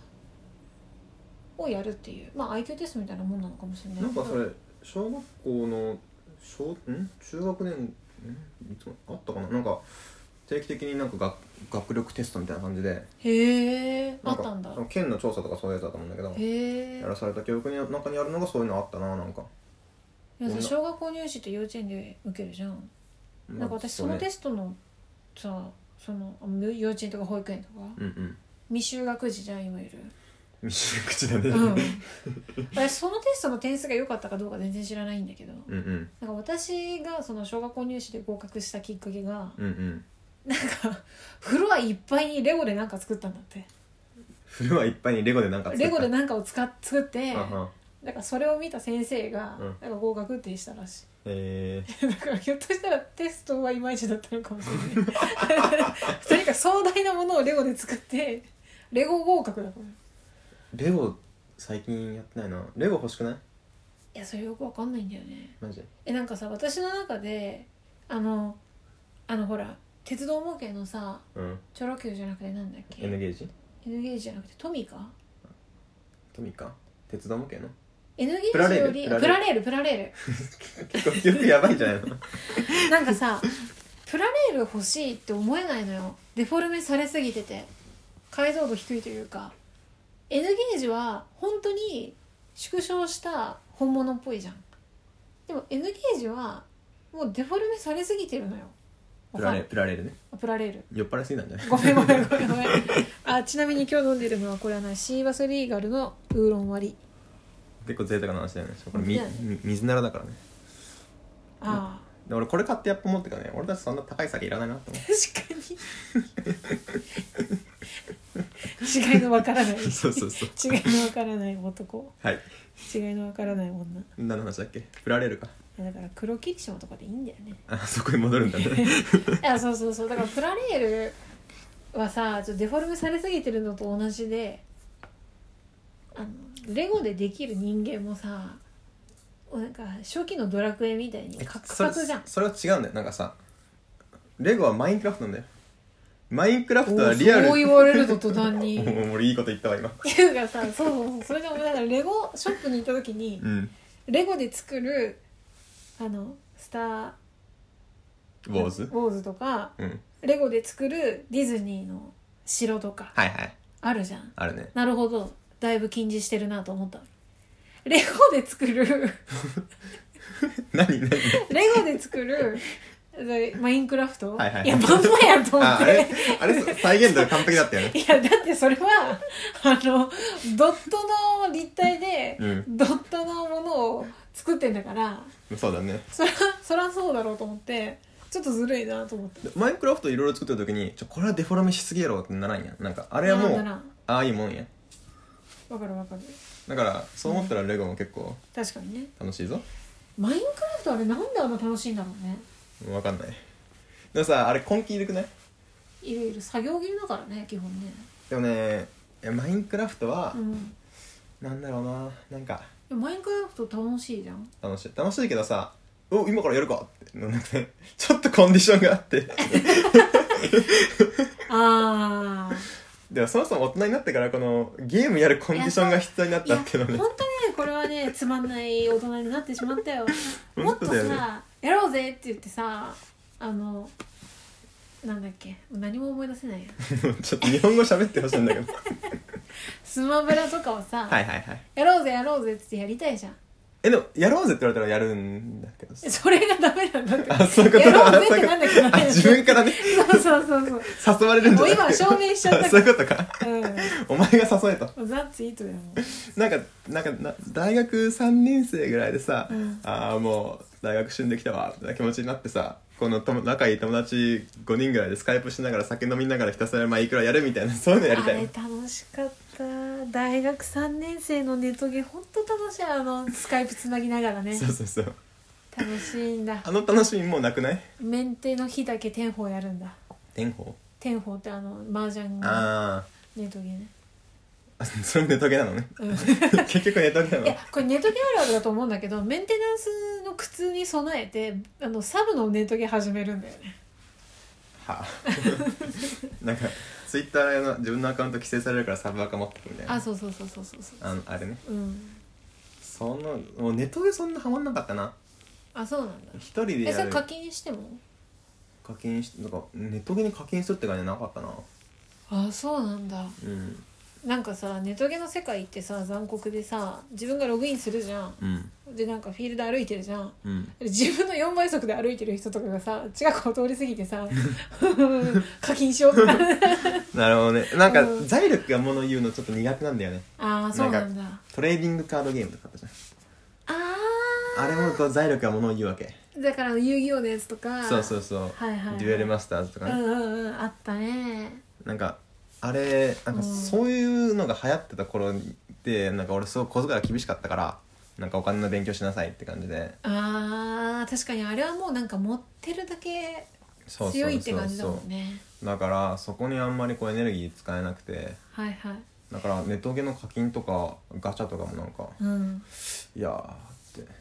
[SPEAKER 2] をやるっていうまあ IQ テストみたいなもんなのかもしれない
[SPEAKER 1] なん
[SPEAKER 2] けど
[SPEAKER 1] かそれ小学校の小ん中学年んいつもあったかななんか定期的になんか学学力テストみたいな感じで
[SPEAKER 2] へえあ
[SPEAKER 1] な
[SPEAKER 2] っ
[SPEAKER 1] か
[SPEAKER 2] たんだ
[SPEAKER 1] その県の調査とかそういうやつだと思うんだけど
[SPEAKER 2] へえ
[SPEAKER 1] やらされた記憶の中にあるのがそういうのあったななんか、
[SPEAKER 2] いやさ小学校入試って幼稚園で受けるじゃんなんか私そのテ
[SPEAKER 1] ス
[SPEAKER 2] ストのさそのあの幼稚園とか保育園とか
[SPEAKER 1] トうんうん
[SPEAKER 2] 未就学児じゃんいわゆる
[SPEAKER 1] 未就口だね、
[SPEAKER 2] うん私そのテストの点数が良かったかどうか全然知らないんだけど
[SPEAKER 1] うんうん
[SPEAKER 2] なんか私がその小学校入試で合格したきっかけが
[SPEAKER 1] うんうん
[SPEAKER 2] なんかフロアいっぱいにレゴで何か作ったんだって
[SPEAKER 1] フルはいっぱいにレゴでなんか作った
[SPEAKER 2] レゴで何かを使っ作って
[SPEAKER 1] あは
[SPEAKER 2] だからそれを見た先生が
[SPEAKER 1] うん
[SPEAKER 2] なんか合格ってしたらし
[SPEAKER 1] えー
[SPEAKER 2] い (laughs) だからひょっとしたらテストはいまいちだったのかもしれないとにかく壮大なものをレゴで作ってレゴ合格だからい
[SPEAKER 1] レゴ最近やってないなレゴ欲しくない
[SPEAKER 2] やそれよくわかんないんだよね
[SPEAKER 1] マジ
[SPEAKER 2] えなんかさ私の中であのあのほら鉄道模型のさ
[SPEAKER 1] うん
[SPEAKER 2] チョロ Q じゃなくてなんだっけ
[SPEAKER 1] N
[SPEAKER 2] N
[SPEAKER 1] ゲージ
[SPEAKER 2] ゲージじゃなくてトミカ
[SPEAKER 1] トミカ鉄道模型の
[SPEAKER 2] N ゲ
[SPEAKER 1] プ
[SPEAKER 2] ー
[SPEAKER 1] ラ
[SPEAKER 2] ジ
[SPEAKER 1] レール
[SPEAKER 2] よりあプ
[SPEAKER 1] プ
[SPEAKER 2] ラ
[SPEAKER 1] ラ
[SPEAKER 2] レールプラレ
[SPEAKER 1] 結構記憶やばいんじゃ (laughs) ないの
[SPEAKER 2] ールなんかさプラレール欲しいって思えないのよデフォルメされすぎてて解像度低いというか N ゲージは本当に縮小した本物っぽいじゃんでも N ゲージはもうデフォルメされすぎてるのよ
[SPEAKER 1] プラレ
[SPEAKER 2] わか
[SPEAKER 1] プラレールね
[SPEAKER 2] るプラレール
[SPEAKER 1] 酔っ払いすぎたんじゃない
[SPEAKER 2] ごめんごめんごめんごめんあちなみに今日飲んでるのはこれはなシーバスリーガルのウーロン割り
[SPEAKER 1] (laughs) 結構贅沢な話だよねこれみ
[SPEAKER 2] 本当だよね
[SPEAKER 1] み水ならだからね
[SPEAKER 2] あ
[SPEAKER 1] で俺これ買ってやっぱ持ってからね俺たちそんな高い酒いらないなって思う
[SPEAKER 2] 確かに違 (laughs) いのわからない違
[SPEAKER 1] (laughs)
[SPEAKER 2] い
[SPEAKER 1] そうそうそう
[SPEAKER 2] のわからない男
[SPEAKER 1] はい
[SPEAKER 2] 違いのわからない女
[SPEAKER 1] 何の話だっけプラレールか
[SPEAKER 2] だから黒霧島とかでいいんだよね
[SPEAKER 1] あそこに戻るんだ (laughs) ね
[SPEAKER 2] いやそうそうそうだからプラレールはさちょっとデフォルメされすぎてるのと同じであのレゴでできる人間もさなんか初期のドラクエみたいにカク
[SPEAKER 1] そ
[SPEAKER 2] カ
[SPEAKER 1] れ
[SPEAKER 2] クじゃん
[SPEAKER 1] それは違うんだよなんかさレゴはマインクラフトなんだよマインクラフトはリアル
[SPEAKER 2] そう言われると途端
[SPEAKER 1] (laughs)
[SPEAKER 2] に
[SPEAKER 1] もう俺いいこと言ったわ今
[SPEAKER 2] っていうかさそうそうそうそれでもだからレゴショップに行った時に
[SPEAKER 1] うん
[SPEAKER 2] レゴで作るあのスター・
[SPEAKER 1] ウォーズ
[SPEAKER 2] とか
[SPEAKER 1] うん
[SPEAKER 2] レゴで作るディズニーの城とか
[SPEAKER 1] はいはい
[SPEAKER 2] あるじゃん
[SPEAKER 1] あるね
[SPEAKER 2] なるほどだいぶ禁じして (laughs) るなと思ったレゴで作る
[SPEAKER 1] 何何
[SPEAKER 2] 作るでマインクラフト、
[SPEAKER 1] はいはい
[SPEAKER 2] やまんまやと思
[SPEAKER 1] あ
[SPEAKER 2] っ
[SPEAKER 1] あ
[SPEAKER 2] て
[SPEAKER 1] (laughs) れあれ再現度完璧だったよね
[SPEAKER 2] いやだってそれはあのドットの立体で、
[SPEAKER 1] うん
[SPEAKER 2] ドットのものを作ってんだから
[SPEAKER 1] (laughs) そうだね
[SPEAKER 2] そらそらそうだろうと思ってちょっとずるいなと思って
[SPEAKER 1] でマインクラフトいろいろ作ってる時にちょこれはデフォルメしすぎやろってならんやんなんかあれはも
[SPEAKER 2] ならんなら
[SPEAKER 1] うんああいうもんや
[SPEAKER 2] わかるわかる
[SPEAKER 1] だからそう思ったらレゴも結構
[SPEAKER 2] 確かにね
[SPEAKER 1] 楽しいぞ
[SPEAKER 2] マインクラフトあれなんであんな楽しいんだろうね
[SPEAKER 1] わかんないでもさあれ根気いるくない
[SPEAKER 2] いろいろ作業着だからね基本ね
[SPEAKER 1] でもねいやマインクラフトは
[SPEAKER 2] うん
[SPEAKER 1] なんだろうななんか
[SPEAKER 2] でもマインクラフト楽しいじゃん
[SPEAKER 1] 楽しい楽しいけどさ「お今からやるか」ってなんなくてちょっとコンディションがあって
[SPEAKER 2] ああ
[SPEAKER 1] でもそもそも大人になってからこのゲームやるコンディションが必要になっ
[SPEAKER 2] い
[SPEAKER 1] た
[SPEAKER 2] や
[SPEAKER 1] っ
[SPEAKER 2] 本
[SPEAKER 1] ていう
[SPEAKER 2] 当
[SPEAKER 1] の
[SPEAKER 2] ね
[SPEAKER 1] ね
[SPEAKER 2] これはねつまんない大人になってしまったよも
[SPEAKER 1] 本
[SPEAKER 2] っ
[SPEAKER 1] 当
[SPEAKER 2] と
[SPEAKER 1] だよね
[SPEAKER 2] さやろうぜって言ってさあのなんだっけ何も思い出せないや
[SPEAKER 1] (laughs) ちょっと日本語喋ってほしいんだけど
[SPEAKER 2] スマブラとかをさ、
[SPEAKER 1] はいはいはい
[SPEAKER 2] やろうぜやろうぜって言ってやりたいじゃん
[SPEAKER 1] えでもやろうぜって言われたらやるんだけど
[SPEAKER 2] それがダメなんだって
[SPEAKER 1] あそういうこと
[SPEAKER 2] やろう
[SPEAKER 1] あ
[SPEAKER 2] ぜ
[SPEAKER 1] そう
[SPEAKER 2] って
[SPEAKER 1] いう
[SPEAKER 2] なんだけ
[SPEAKER 1] こ
[SPEAKER 2] ど
[SPEAKER 1] とあ自分からね
[SPEAKER 2] そうそうそうそう
[SPEAKER 1] 誘われるんじゃなくて
[SPEAKER 2] もう今証明しちゃったから
[SPEAKER 1] あそういうことか
[SPEAKER 2] う
[SPEAKER 1] お前が誘えと
[SPEAKER 2] んザ・ツイートだよも
[SPEAKER 1] なんかなんかな大学3年生ぐらいでさ、
[SPEAKER 2] うん
[SPEAKER 1] ああもう大学死んできたわみたいな気持ちになってさこの友仲いい友達5人ぐらいでスカイプしながら酒飲みながらひたすらまあいくらやるみたいなそういうの (laughs)
[SPEAKER 2] う
[SPEAKER 1] やりた
[SPEAKER 2] あ
[SPEAKER 1] い
[SPEAKER 2] れ
[SPEAKER 1] の
[SPEAKER 2] 楽しかった大学3年生のネトゲほんと楽しいあのスカイプつなぎながらね
[SPEAKER 1] そうそうそう
[SPEAKER 2] 楽しいんだ
[SPEAKER 1] あの楽しみもうなくない
[SPEAKER 2] メンテの日だけ天宝やるんだ
[SPEAKER 1] 天保
[SPEAKER 2] 天宝ってあの麻雀の
[SPEAKER 1] あ
[SPEAKER 2] ネトゲね
[SPEAKER 1] あそれもネトゲなのね
[SPEAKER 2] うん
[SPEAKER 1] (laughs) 結局ネトゲない
[SPEAKER 2] や
[SPEAKER 1] の
[SPEAKER 2] これネトゲあるあるだと思うんだけどメンテナンスの苦痛に備えてあのサブのネトゲ始めるんだよね
[SPEAKER 1] はあ (laughs) なんかツイッターの自分のアカウント規制されるからサブアカ持ってくみたいな
[SPEAKER 2] あそうそうそうそうそうそう
[SPEAKER 1] あのあれね
[SPEAKER 2] うん
[SPEAKER 1] そんなもうネトゲそんなハマんなかったな
[SPEAKER 2] あそうなんだ
[SPEAKER 1] 一人で
[SPEAKER 2] え
[SPEAKER 1] や
[SPEAKER 2] それ
[SPEAKER 1] る
[SPEAKER 2] 課金しても
[SPEAKER 1] 課金しなんかネットゲに課金するって感じなかったな
[SPEAKER 2] あそうなんだ
[SPEAKER 1] うん
[SPEAKER 2] なんかさネトゲの世界ってさ残酷でさ自分がログインするじゃん
[SPEAKER 1] うん
[SPEAKER 2] でなんかフィールド歩いてるじゃん
[SPEAKER 1] うん
[SPEAKER 2] 自分の4倍速で歩いてる人とかがさ近くを通り過ぎ
[SPEAKER 1] (laughs)
[SPEAKER 2] てさうん課金しようってなる
[SPEAKER 1] なるほどねなんか、
[SPEAKER 2] うん
[SPEAKER 1] 財力が物言うのちょっと苦手なんだよね
[SPEAKER 2] ああそうなんだ
[SPEAKER 1] トレーディングカードゲームとかあったじゃ
[SPEAKER 2] あ
[SPEAKER 1] んあれもこう財力が物を言うわけ
[SPEAKER 2] あだから遊戯王のやつとか
[SPEAKER 1] そうそうそう、
[SPEAKER 2] はいはいはい
[SPEAKER 1] デュエルマスターズとか
[SPEAKER 2] う
[SPEAKER 1] ね、
[SPEAKER 2] んうんうんあったね
[SPEAKER 1] なんかあれなんか
[SPEAKER 2] うん
[SPEAKER 1] そういうのが流行ってた頃でなんか俺すごい小遣いが厳しかったからなんかお金の勉強しなさいって感じで
[SPEAKER 2] あー確かにあれはもうなんか持ってるだけ
[SPEAKER 1] そうそうそうそう
[SPEAKER 2] 強いって感じだもんね
[SPEAKER 1] だからそこにあんまりこうエネルギー使えなくて
[SPEAKER 2] はいはい
[SPEAKER 1] だからネットゲの課金とかガチャとかもなんか
[SPEAKER 2] うん
[SPEAKER 1] いやーって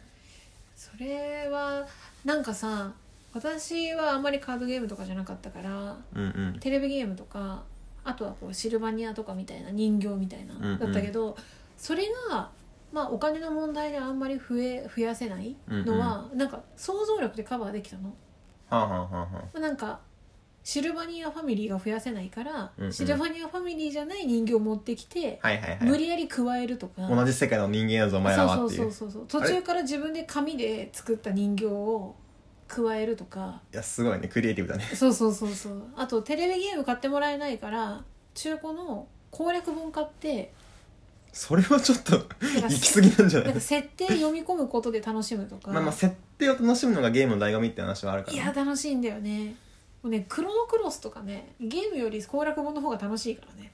[SPEAKER 2] それはなんかさ私はあんまりカードゲームとかじゃなかったから
[SPEAKER 1] うんうん
[SPEAKER 2] テレビゲームとかあとはこうシルバニアとかみたいな人形みた
[SPEAKER 1] う
[SPEAKER 2] い
[SPEAKER 1] んう
[SPEAKER 2] なんだったけど、それが、まあ、お金の問題であんまり増え増やせないのは、なんか想像力でカバーできたの。ま
[SPEAKER 1] はあ、はあはあはあ、
[SPEAKER 2] あなんかシルバニアファミリーが増やせないから、
[SPEAKER 1] うんうん
[SPEAKER 2] シルバニアファミリーじゃない人形を持ってきて、
[SPEAKER 1] はいはいはい
[SPEAKER 2] 無理やり加えるとか
[SPEAKER 1] 同じ世界の人間やぞお前ら
[SPEAKER 2] そ
[SPEAKER 1] は
[SPEAKER 2] う
[SPEAKER 1] ってい
[SPEAKER 2] そううそうそう途中から自分で紙で作った人形を加えるとか
[SPEAKER 1] いやすごいねクリエイティブだね
[SPEAKER 2] そうそうそうそうあとテレビゲーム買ってもらえないから中古の攻略本買って
[SPEAKER 1] それはちょっと
[SPEAKER 2] なんか
[SPEAKER 1] 行き過ぎなんじゃな
[SPEAKER 2] なん
[SPEAKER 1] い
[SPEAKER 2] か設定読み込むことで楽しむとか、
[SPEAKER 1] まあまあ設定を楽しむのがゲームの醍醐味って話はあるから
[SPEAKER 2] い
[SPEAKER 1] ね、
[SPEAKER 2] や楽しいんだよねもうねクロノクロスとかねゲームより攻略本の方が楽しいからね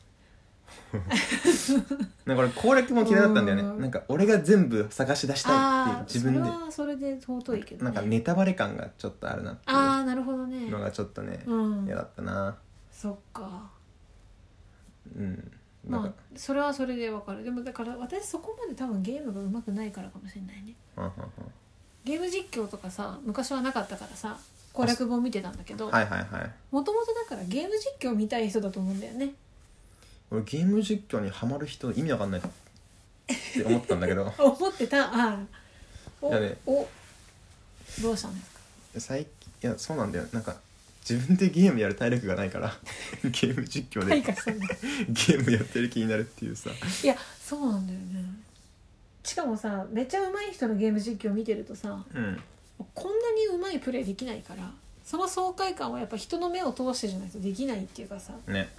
[SPEAKER 1] なんか俺攻略も嫌いだったんだよね
[SPEAKER 2] うん
[SPEAKER 1] なんか俺が全部探し出したい
[SPEAKER 2] ああー
[SPEAKER 1] っていう自分で
[SPEAKER 2] それはそれで尊いけど、ね、
[SPEAKER 1] なんかネタバレ感がちょっとあるなって
[SPEAKER 2] あ
[SPEAKER 1] い
[SPEAKER 2] あなるほどね
[SPEAKER 1] うのがちょっとね
[SPEAKER 2] うん
[SPEAKER 1] 嫌だったな
[SPEAKER 2] そっか
[SPEAKER 1] うんなん
[SPEAKER 2] ま
[SPEAKER 1] か
[SPEAKER 2] あそれはそれでわかるでもだから私そこまで多分ゲームが上手くないからかもしれないね
[SPEAKER 1] はんはん
[SPEAKER 2] ゲーム実況とかさ昔はなかったからさ攻略本見てたんだけ
[SPEAKER 1] は
[SPEAKER 2] ど
[SPEAKER 1] んはいはいはい
[SPEAKER 2] もともとだからゲーム実況見たい人だと思うんだ
[SPEAKER 1] (laughs)
[SPEAKER 2] よね
[SPEAKER 1] 俺ゲーム実況にハマる人意味わかんないって思ったんだけ
[SPEAKER 2] (laughs)
[SPEAKER 1] ど
[SPEAKER 2] 思ってたああお
[SPEAKER 1] いやね
[SPEAKER 2] おどうしたんですか
[SPEAKER 1] 最近いやそうなんだよなんか自分でゲームやる体力がないから
[SPEAKER 2] (laughs)
[SPEAKER 1] ゲーム実況で
[SPEAKER 2] 退化したんだ
[SPEAKER 1] ゲームやってる気になるっていうさ
[SPEAKER 2] いやそうなんだよねしかもさめっちゃ上手い人のゲーム実況見てるとさ
[SPEAKER 1] うん
[SPEAKER 2] こんなにうまいプレーできないからその爽快感はやっぱ人の目を通してじゃないとできないっていうかさ
[SPEAKER 1] ね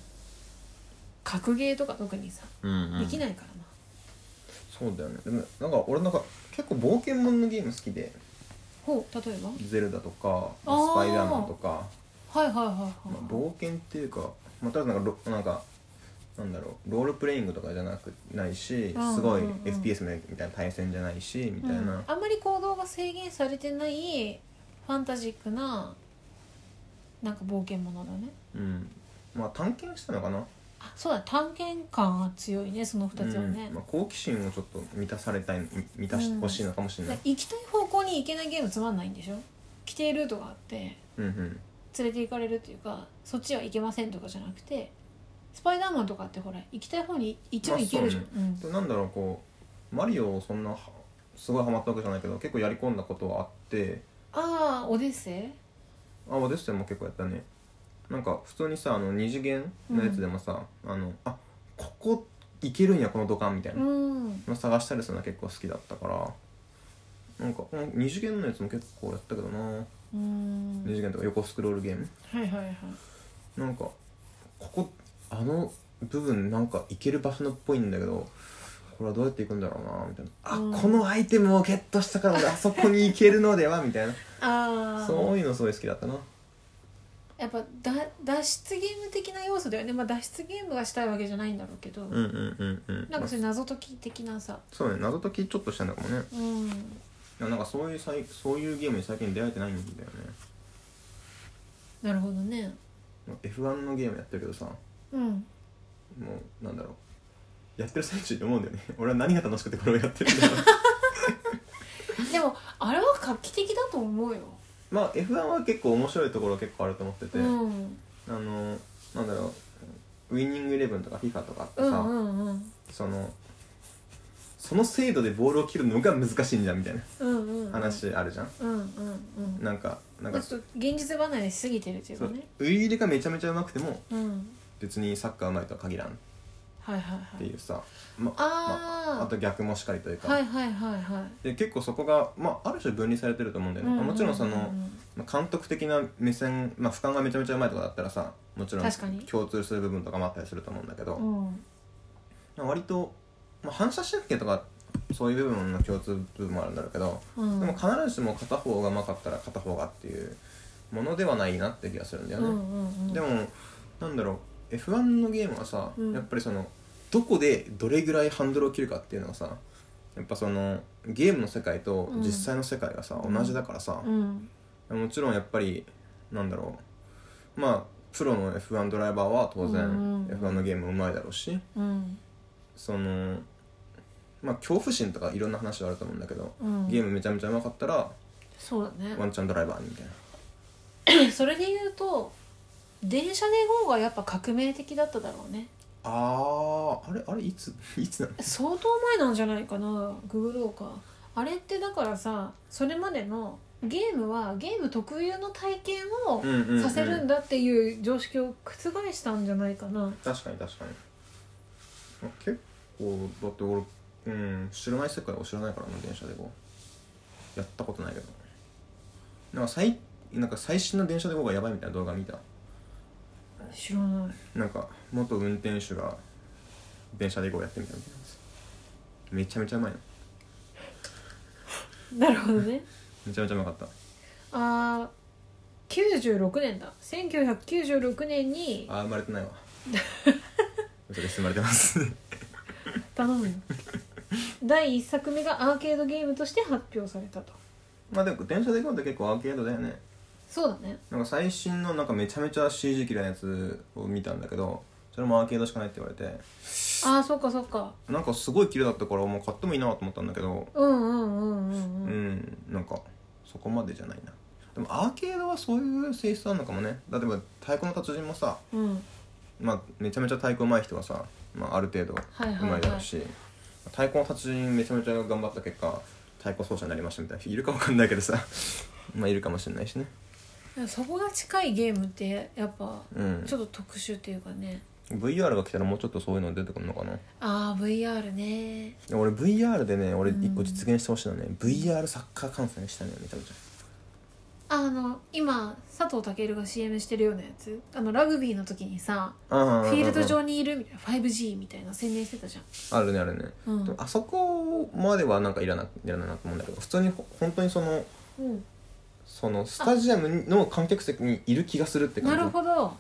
[SPEAKER 2] 格ゲーとか特にさ
[SPEAKER 1] うん、
[SPEAKER 2] できないいからな、
[SPEAKER 1] そうだよねでもなんか俺なんか結構冒険もののゲーム好きで
[SPEAKER 2] ほう例えば
[SPEAKER 1] 「ゼルダ」とか「ス
[SPEAKER 2] あー
[SPEAKER 1] パイダーマン」とか
[SPEAKER 2] はいはいはいはい、
[SPEAKER 1] まあ、冒険っていうか、まあ、ただなんかロなんかなんだろうロールプレイングとかじゃなくないし
[SPEAKER 2] うん
[SPEAKER 1] すごい
[SPEAKER 2] うんうん
[SPEAKER 1] FPS みたいな対戦じゃないしみたいな、
[SPEAKER 2] うんあんまり行動が制限されてないファンタジックななんか冒険ものだね
[SPEAKER 1] うん、まあ探検したのかな、
[SPEAKER 2] あそうだ探検感が強いねその2つはね
[SPEAKER 1] うん、まあ、好奇心をちょっと満たされたいみ満たし
[SPEAKER 2] うん
[SPEAKER 1] 欲しいのかもしれな
[SPEAKER 2] だ
[SPEAKER 1] い
[SPEAKER 2] か、ら行きたい方向に行けないゲームつまんないんでしょ規定ルートがあって
[SPEAKER 1] うんうん、
[SPEAKER 2] 連れて行かれるっていうかそっちは行けませんとかじゃなくてスパイダーマンとかってほら行きたい方に一応行けるじゃん、
[SPEAKER 1] までなんだろうこうマリオをそんなはすごいハマったわけじゃないけど結構やり込んだことはあって
[SPEAKER 2] うんああオデッセイ
[SPEAKER 1] あオデッセイも結構やったねなんか普通にさあの二次元のやつでもさ、あのあここいけるんやこの土管みたいな、
[SPEAKER 2] うん
[SPEAKER 1] の探したりするのは結構好きだったからなんかうん二次元のやつも結構やったけどな
[SPEAKER 2] うん
[SPEAKER 1] 二次元とか横スクロールゲーム
[SPEAKER 2] はいはいはい
[SPEAKER 1] なんかここあの部分なんか行ける場所のっぽいんだけどこれはどうやって行くんだろうなみたいなあ、
[SPEAKER 2] うん
[SPEAKER 1] このアイテムをゲットしたから俺あそこに行けるのではみたいな
[SPEAKER 2] (laughs) ああ
[SPEAKER 1] そういうのすごい好きだったな
[SPEAKER 2] やっぱだ脱出ゲーム的な要素だよね、まあ、脱出ゲームがしたいわけじゃないんだろうけど、
[SPEAKER 1] うんうんうんうん
[SPEAKER 2] なんかそういう謎解き的なさ
[SPEAKER 1] そうね謎解きちょっとしたんだかもね
[SPEAKER 2] うん
[SPEAKER 1] いやなんかそういうさいそういうゲームに最近出会えてないんだよね
[SPEAKER 2] なるほどね
[SPEAKER 1] F1 のゲームやってるけどさ
[SPEAKER 2] うん
[SPEAKER 1] もうなんだろうやってる最中に思うんだよね (laughs) 俺は何が楽しくてこれをやってるんだろう (laughs)
[SPEAKER 2] でもあれは画期的だと思うよ、
[SPEAKER 1] まあ F1 は結構面白いところ結構あると思ってて、
[SPEAKER 2] うん、
[SPEAKER 1] あのなんだろうウィニングイレブンとか FIFA とかあって
[SPEAKER 2] う
[SPEAKER 1] さ、
[SPEAKER 2] んうんうん
[SPEAKER 1] そのその精度でボールを切るのが難しいんじゃんみたいな
[SPEAKER 2] うんうんうん
[SPEAKER 1] 話あるじゃん、
[SPEAKER 2] うんうんうん
[SPEAKER 1] なんかなんか
[SPEAKER 2] ちょっと現実離れしすぎてるっていう
[SPEAKER 1] そ
[SPEAKER 2] か
[SPEAKER 1] う
[SPEAKER 2] ね
[SPEAKER 1] ウイ入れがめちゃめちゃうまくても
[SPEAKER 2] うん
[SPEAKER 1] 別にサッカーうまいとは限らんっ
[SPEAKER 2] はいはい
[SPEAKER 1] て
[SPEAKER 2] はい
[SPEAKER 1] いうさ、ままあ
[SPEAKER 2] あ
[SPEAKER 1] と逆もしかりという
[SPEAKER 2] あ
[SPEAKER 1] か、
[SPEAKER 2] はいはいはいはい
[SPEAKER 1] で結構そこが、まあ、ある種分離されてると思うんだよね、
[SPEAKER 2] うんうんうんうん
[SPEAKER 1] もちろんそのまあ監督的な目線、まあ、俯瞰がめちゃめちゃうまいとかだったらさもちろん
[SPEAKER 2] 確かに
[SPEAKER 1] 共通する部分とかもあったりすると思うんだけど、
[SPEAKER 2] うん
[SPEAKER 1] まあ割と、まあ、反射神経とかそういう部分の共通部分もあるんだろうけど、
[SPEAKER 2] うん
[SPEAKER 1] でも必ずしも片方がうまかったら片方がっていうものではないなって気がするんだよね、
[SPEAKER 2] うんうんうん
[SPEAKER 1] でもなんだろう F1 のゲームはさ、
[SPEAKER 2] うん
[SPEAKER 1] やっぱりそのどこでどれぐらいハンドルを切るかっていうのはさやっぱそのゲームの世界と実際の世界がさ、
[SPEAKER 2] うん
[SPEAKER 1] 同じだからさ、
[SPEAKER 2] うん
[SPEAKER 1] もちろんやっぱりなんだろうまあプロの F1 ドライバーは当然
[SPEAKER 2] うんうん
[SPEAKER 1] F1 のゲームうまいだろうし、
[SPEAKER 2] うん
[SPEAKER 1] そのまあ恐怖心とかいろんな話はあると思うんだけど、
[SPEAKER 2] うん
[SPEAKER 1] ゲームめちゃめちゃうまかったら
[SPEAKER 2] そうだね
[SPEAKER 1] ワンチャンドライバーにみたいな
[SPEAKER 2] (clears throat) それで言うと電車で GO がやっぱ革命的だっただろうね
[SPEAKER 1] あーあれあれいついつなの
[SPEAKER 2] 相当前なんじゃないかなグーローかあれってだからさそれまでのゲームはゲーム特有の体験を
[SPEAKER 1] うんうんうん
[SPEAKER 2] させるんだっていう常識を覆したんじゃないかな
[SPEAKER 1] 確かに確かにあ結構だって俺うん知らない世界を知らないからな電車でこうやったことないけどなんか最なんか最新の電車でこうがやばいみたいな動画見た
[SPEAKER 2] 知らない
[SPEAKER 1] なんか元運転手が電車でこうやってみたみたいなんですよめちゃめちゃうまいの
[SPEAKER 2] なるほどね
[SPEAKER 1] めちゃめちゃうまかった
[SPEAKER 2] (laughs) あー96年だ1996年に
[SPEAKER 1] あー生まれてないわ嘘です生まれてます (laughs)
[SPEAKER 2] 頼むよ第1作目がアーケードゲームとして発表されたと
[SPEAKER 1] まあでも電車で行くのって結構アーケードだよね
[SPEAKER 2] そうだね
[SPEAKER 1] なんか最新のなんかめちゃめちゃ CG 綺麗なやつを見たんだけどそれもアーケードしかないって言われて
[SPEAKER 2] ああそっかそっか
[SPEAKER 1] なんかすごい綺麗だったからもう買ってもいいなと思ったんだけど
[SPEAKER 2] うんうんうんう
[SPEAKER 1] うん
[SPEAKER 2] うん
[SPEAKER 1] んなんかそこまでじゃないなでもアーケードはそういう性質あるのかもね例えば「太鼓の達人」もさ、
[SPEAKER 2] うん
[SPEAKER 1] まあ、めちゃめちゃ太鼓うまい人がさ、まあ、ある程度
[SPEAKER 2] はいは
[SPEAKER 1] う
[SPEAKER 2] いは
[SPEAKER 1] ま
[SPEAKER 2] い
[SPEAKER 1] いだろうし、太鼓の達人めちゃめちゃ頑張った結果太鼓奏者になりましたみたいな人いるかわかんないけどさまあいるかもしれないしね
[SPEAKER 2] そこが近いゲームってやっぱ
[SPEAKER 1] うん
[SPEAKER 2] ちょっと特殊っていうかね
[SPEAKER 1] VR が来たらもうちょっとそういうの出てくるのかな
[SPEAKER 2] ああ VR ね
[SPEAKER 1] 俺 VR でね俺
[SPEAKER 2] うん
[SPEAKER 1] 一個実現してほしいのね、VR サッカー観戦したいのよめちゃめちゃ
[SPEAKER 2] あの今佐藤健が CM してるようなやつあのラグビーの時にさ
[SPEAKER 1] フ
[SPEAKER 2] フィールド上にいるみたいな 5G みたいな宣伝してたじ
[SPEAKER 1] あるねあるね、
[SPEAKER 2] ゃん、うん
[SPEAKER 1] でもあそこまではなんかいらないらないなと思うんだけど普通にほ本当にその
[SPEAKER 2] うん、
[SPEAKER 1] そのスタジアムの観客席にいる気がするって感
[SPEAKER 2] な
[SPEAKER 1] じ
[SPEAKER 2] るほど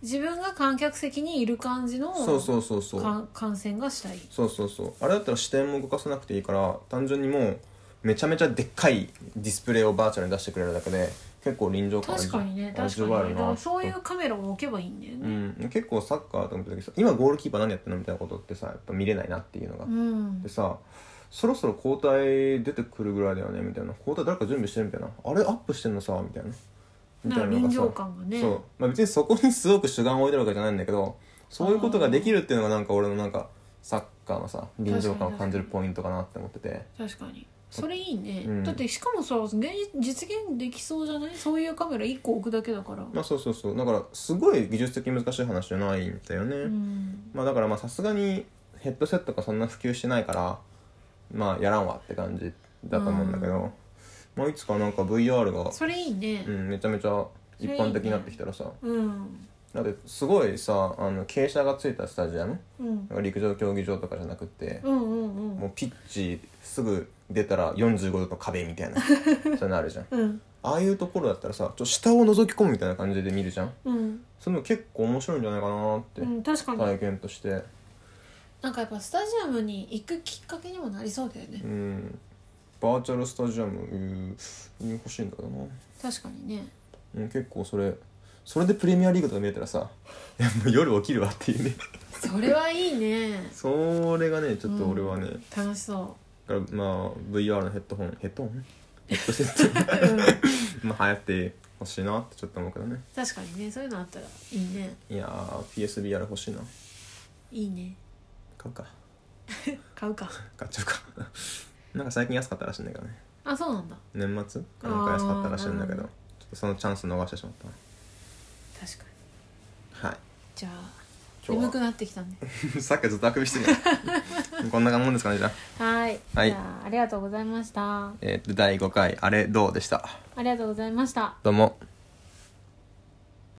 [SPEAKER 2] 自分が観客席にいる感じの
[SPEAKER 1] そうそうそうそう
[SPEAKER 2] か感染がしたい
[SPEAKER 1] そうそうそうあれだったら視点も動かさなくていいから単純にもうめちゃめちゃでっかいディスプレイをバーチャルに出してくれるだけで結構臨場感
[SPEAKER 2] 確かにね確
[SPEAKER 1] 味
[SPEAKER 2] か
[SPEAKER 1] わえ
[SPEAKER 2] に
[SPEAKER 1] る
[SPEAKER 2] ね
[SPEAKER 1] な
[SPEAKER 2] だからそういうカメラを置けばいいんだよ
[SPEAKER 1] う
[SPEAKER 2] ね
[SPEAKER 1] ん、結構サッカーと思った時さ今ゴールキーパー何やってんのみたいなことってさやっぱ見れないなっていうのが、
[SPEAKER 2] うん
[SPEAKER 1] でさそろそろ交代出てくるぐらいだよねみたいな交代誰か準備してるみたいなあれアップしてんのさみたいなみ
[SPEAKER 2] なん
[SPEAKER 1] た
[SPEAKER 2] か
[SPEAKER 1] いなの
[SPEAKER 2] 臨
[SPEAKER 1] が
[SPEAKER 2] 場
[SPEAKER 1] さ
[SPEAKER 2] 感がね
[SPEAKER 1] そう、まあ、別にそこにすごく主眼を置いてるわけじゃないんだけどそういうことができるっていうのがなんか俺のなんかサッカーのさ臨場感を感じるポイントかなって思ってて
[SPEAKER 2] 確かにそれいいね、
[SPEAKER 1] うん
[SPEAKER 2] だってしかもさ現実現できそうじゃないそういうカメラ1個置くだけだから、
[SPEAKER 1] まあそうそうそうだからすごい技術的に難しい話じゃないんだよね、
[SPEAKER 2] うん
[SPEAKER 1] まあだからまあさすがにヘッドセットがそんな普及してないからまあやらんわって感じだと思うんだけど、まあいつかなんか VR が、
[SPEAKER 2] それいいね
[SPEAKER 1] うん、めちゃめちゃ一般的になってきたらさ
[SPEAKER 2] うん
[SPEAKER 1] だってすごいさあの傾斜がついたスタジアム
[SPEAKER 2] うん
[SPEAKER 1] なんか陸上競技場とかじゃなくて
[SPEAKER 2] う、んうんう
[SPEAKER 1] も
[SPEAKER 2] ん
[SPEAKER 1] うピッチすぐ出たら45度の壁みたいなそういうのあるじゃん (laughs)
[SPEAKER 2] うん
[SPEAKER 1] ああいうところだったらさちょっと下を覗き込むみたいな感じで見るじゃん
[SPEAKER 2] うん、
[SPEAKER 1] それも結構面白いんじゃないかなって、
[SPEAKER 2] うん、確かに、
[SPEAKER 1] 体験として
[SPEAKER 2] なんかやっぱスタジアムに行くきっかけにもなりそうだよね
[SPEAKER 1] うんバーチャルスタジアムうん欲しいんだけどな、
[SPEAKER 2] 確かにね
[SPEAKER 1] うん、結構それそれでプレミアリーグとか見えたらさ (laughs) いやもう夜起きるわっていうね (laughs)
[SPEAKER 2] それはいいね
[SPEAKER 1] それがねちょっと俺はね、
[SPEAKER 2] 楽しそ
[SPEAKER 1] だからまあ VR のヘッドホンヘッドホンヘッドセッ
[SPEAKER 2] う、うん、
[SPEAKER 1] ト (laughs) まあ流行ってほしいなってちょっと思うけどね
[SPEAKER 2] 確かにねそういうのあったらいいね
[SPEAKER 1] いやー PSVR 欲しいない
[SPEAKER 2] いね
[SPEAKER 1] 買うか
[SPEAKER 2] 買うか
[SPEAKER 1] 買っちゃうか (laughs) なんか最近安かったらしいんだけどね
[SPEAKER 2] あそうなんだ
[SPEAKER 1] 年末かなんか安かったらしいんだけど
[SPEAKER 2] あ
[SPEAKER 1] ちょ
[SPEAKER 2] ー
[SPEAKER 1] っとそのチャンス逃してしまっ
[SPEAKER 2] 確かに
[SPEAKER 1] たはい
[SPEAKER 2] じゃあ
[SPEAKER 1] 今日
[SPEAKER 2] 眠
[SPEAKER 1] は
[SPEAKER 2] くなってきたんで
[SPEAKER 1] (laughs) さっきずっとあくびしてるやんこんなもんですかねじゃあ、
[SPEAKER 2] はい、
[SPEAKER 1] はい
[SPEAKER 2] じゃあありがとうございました
[SPEAKER 1] えーと第5回あれどうでした
[SPEAKER 2] ありがとうございました
[SPEAKER 1] どうも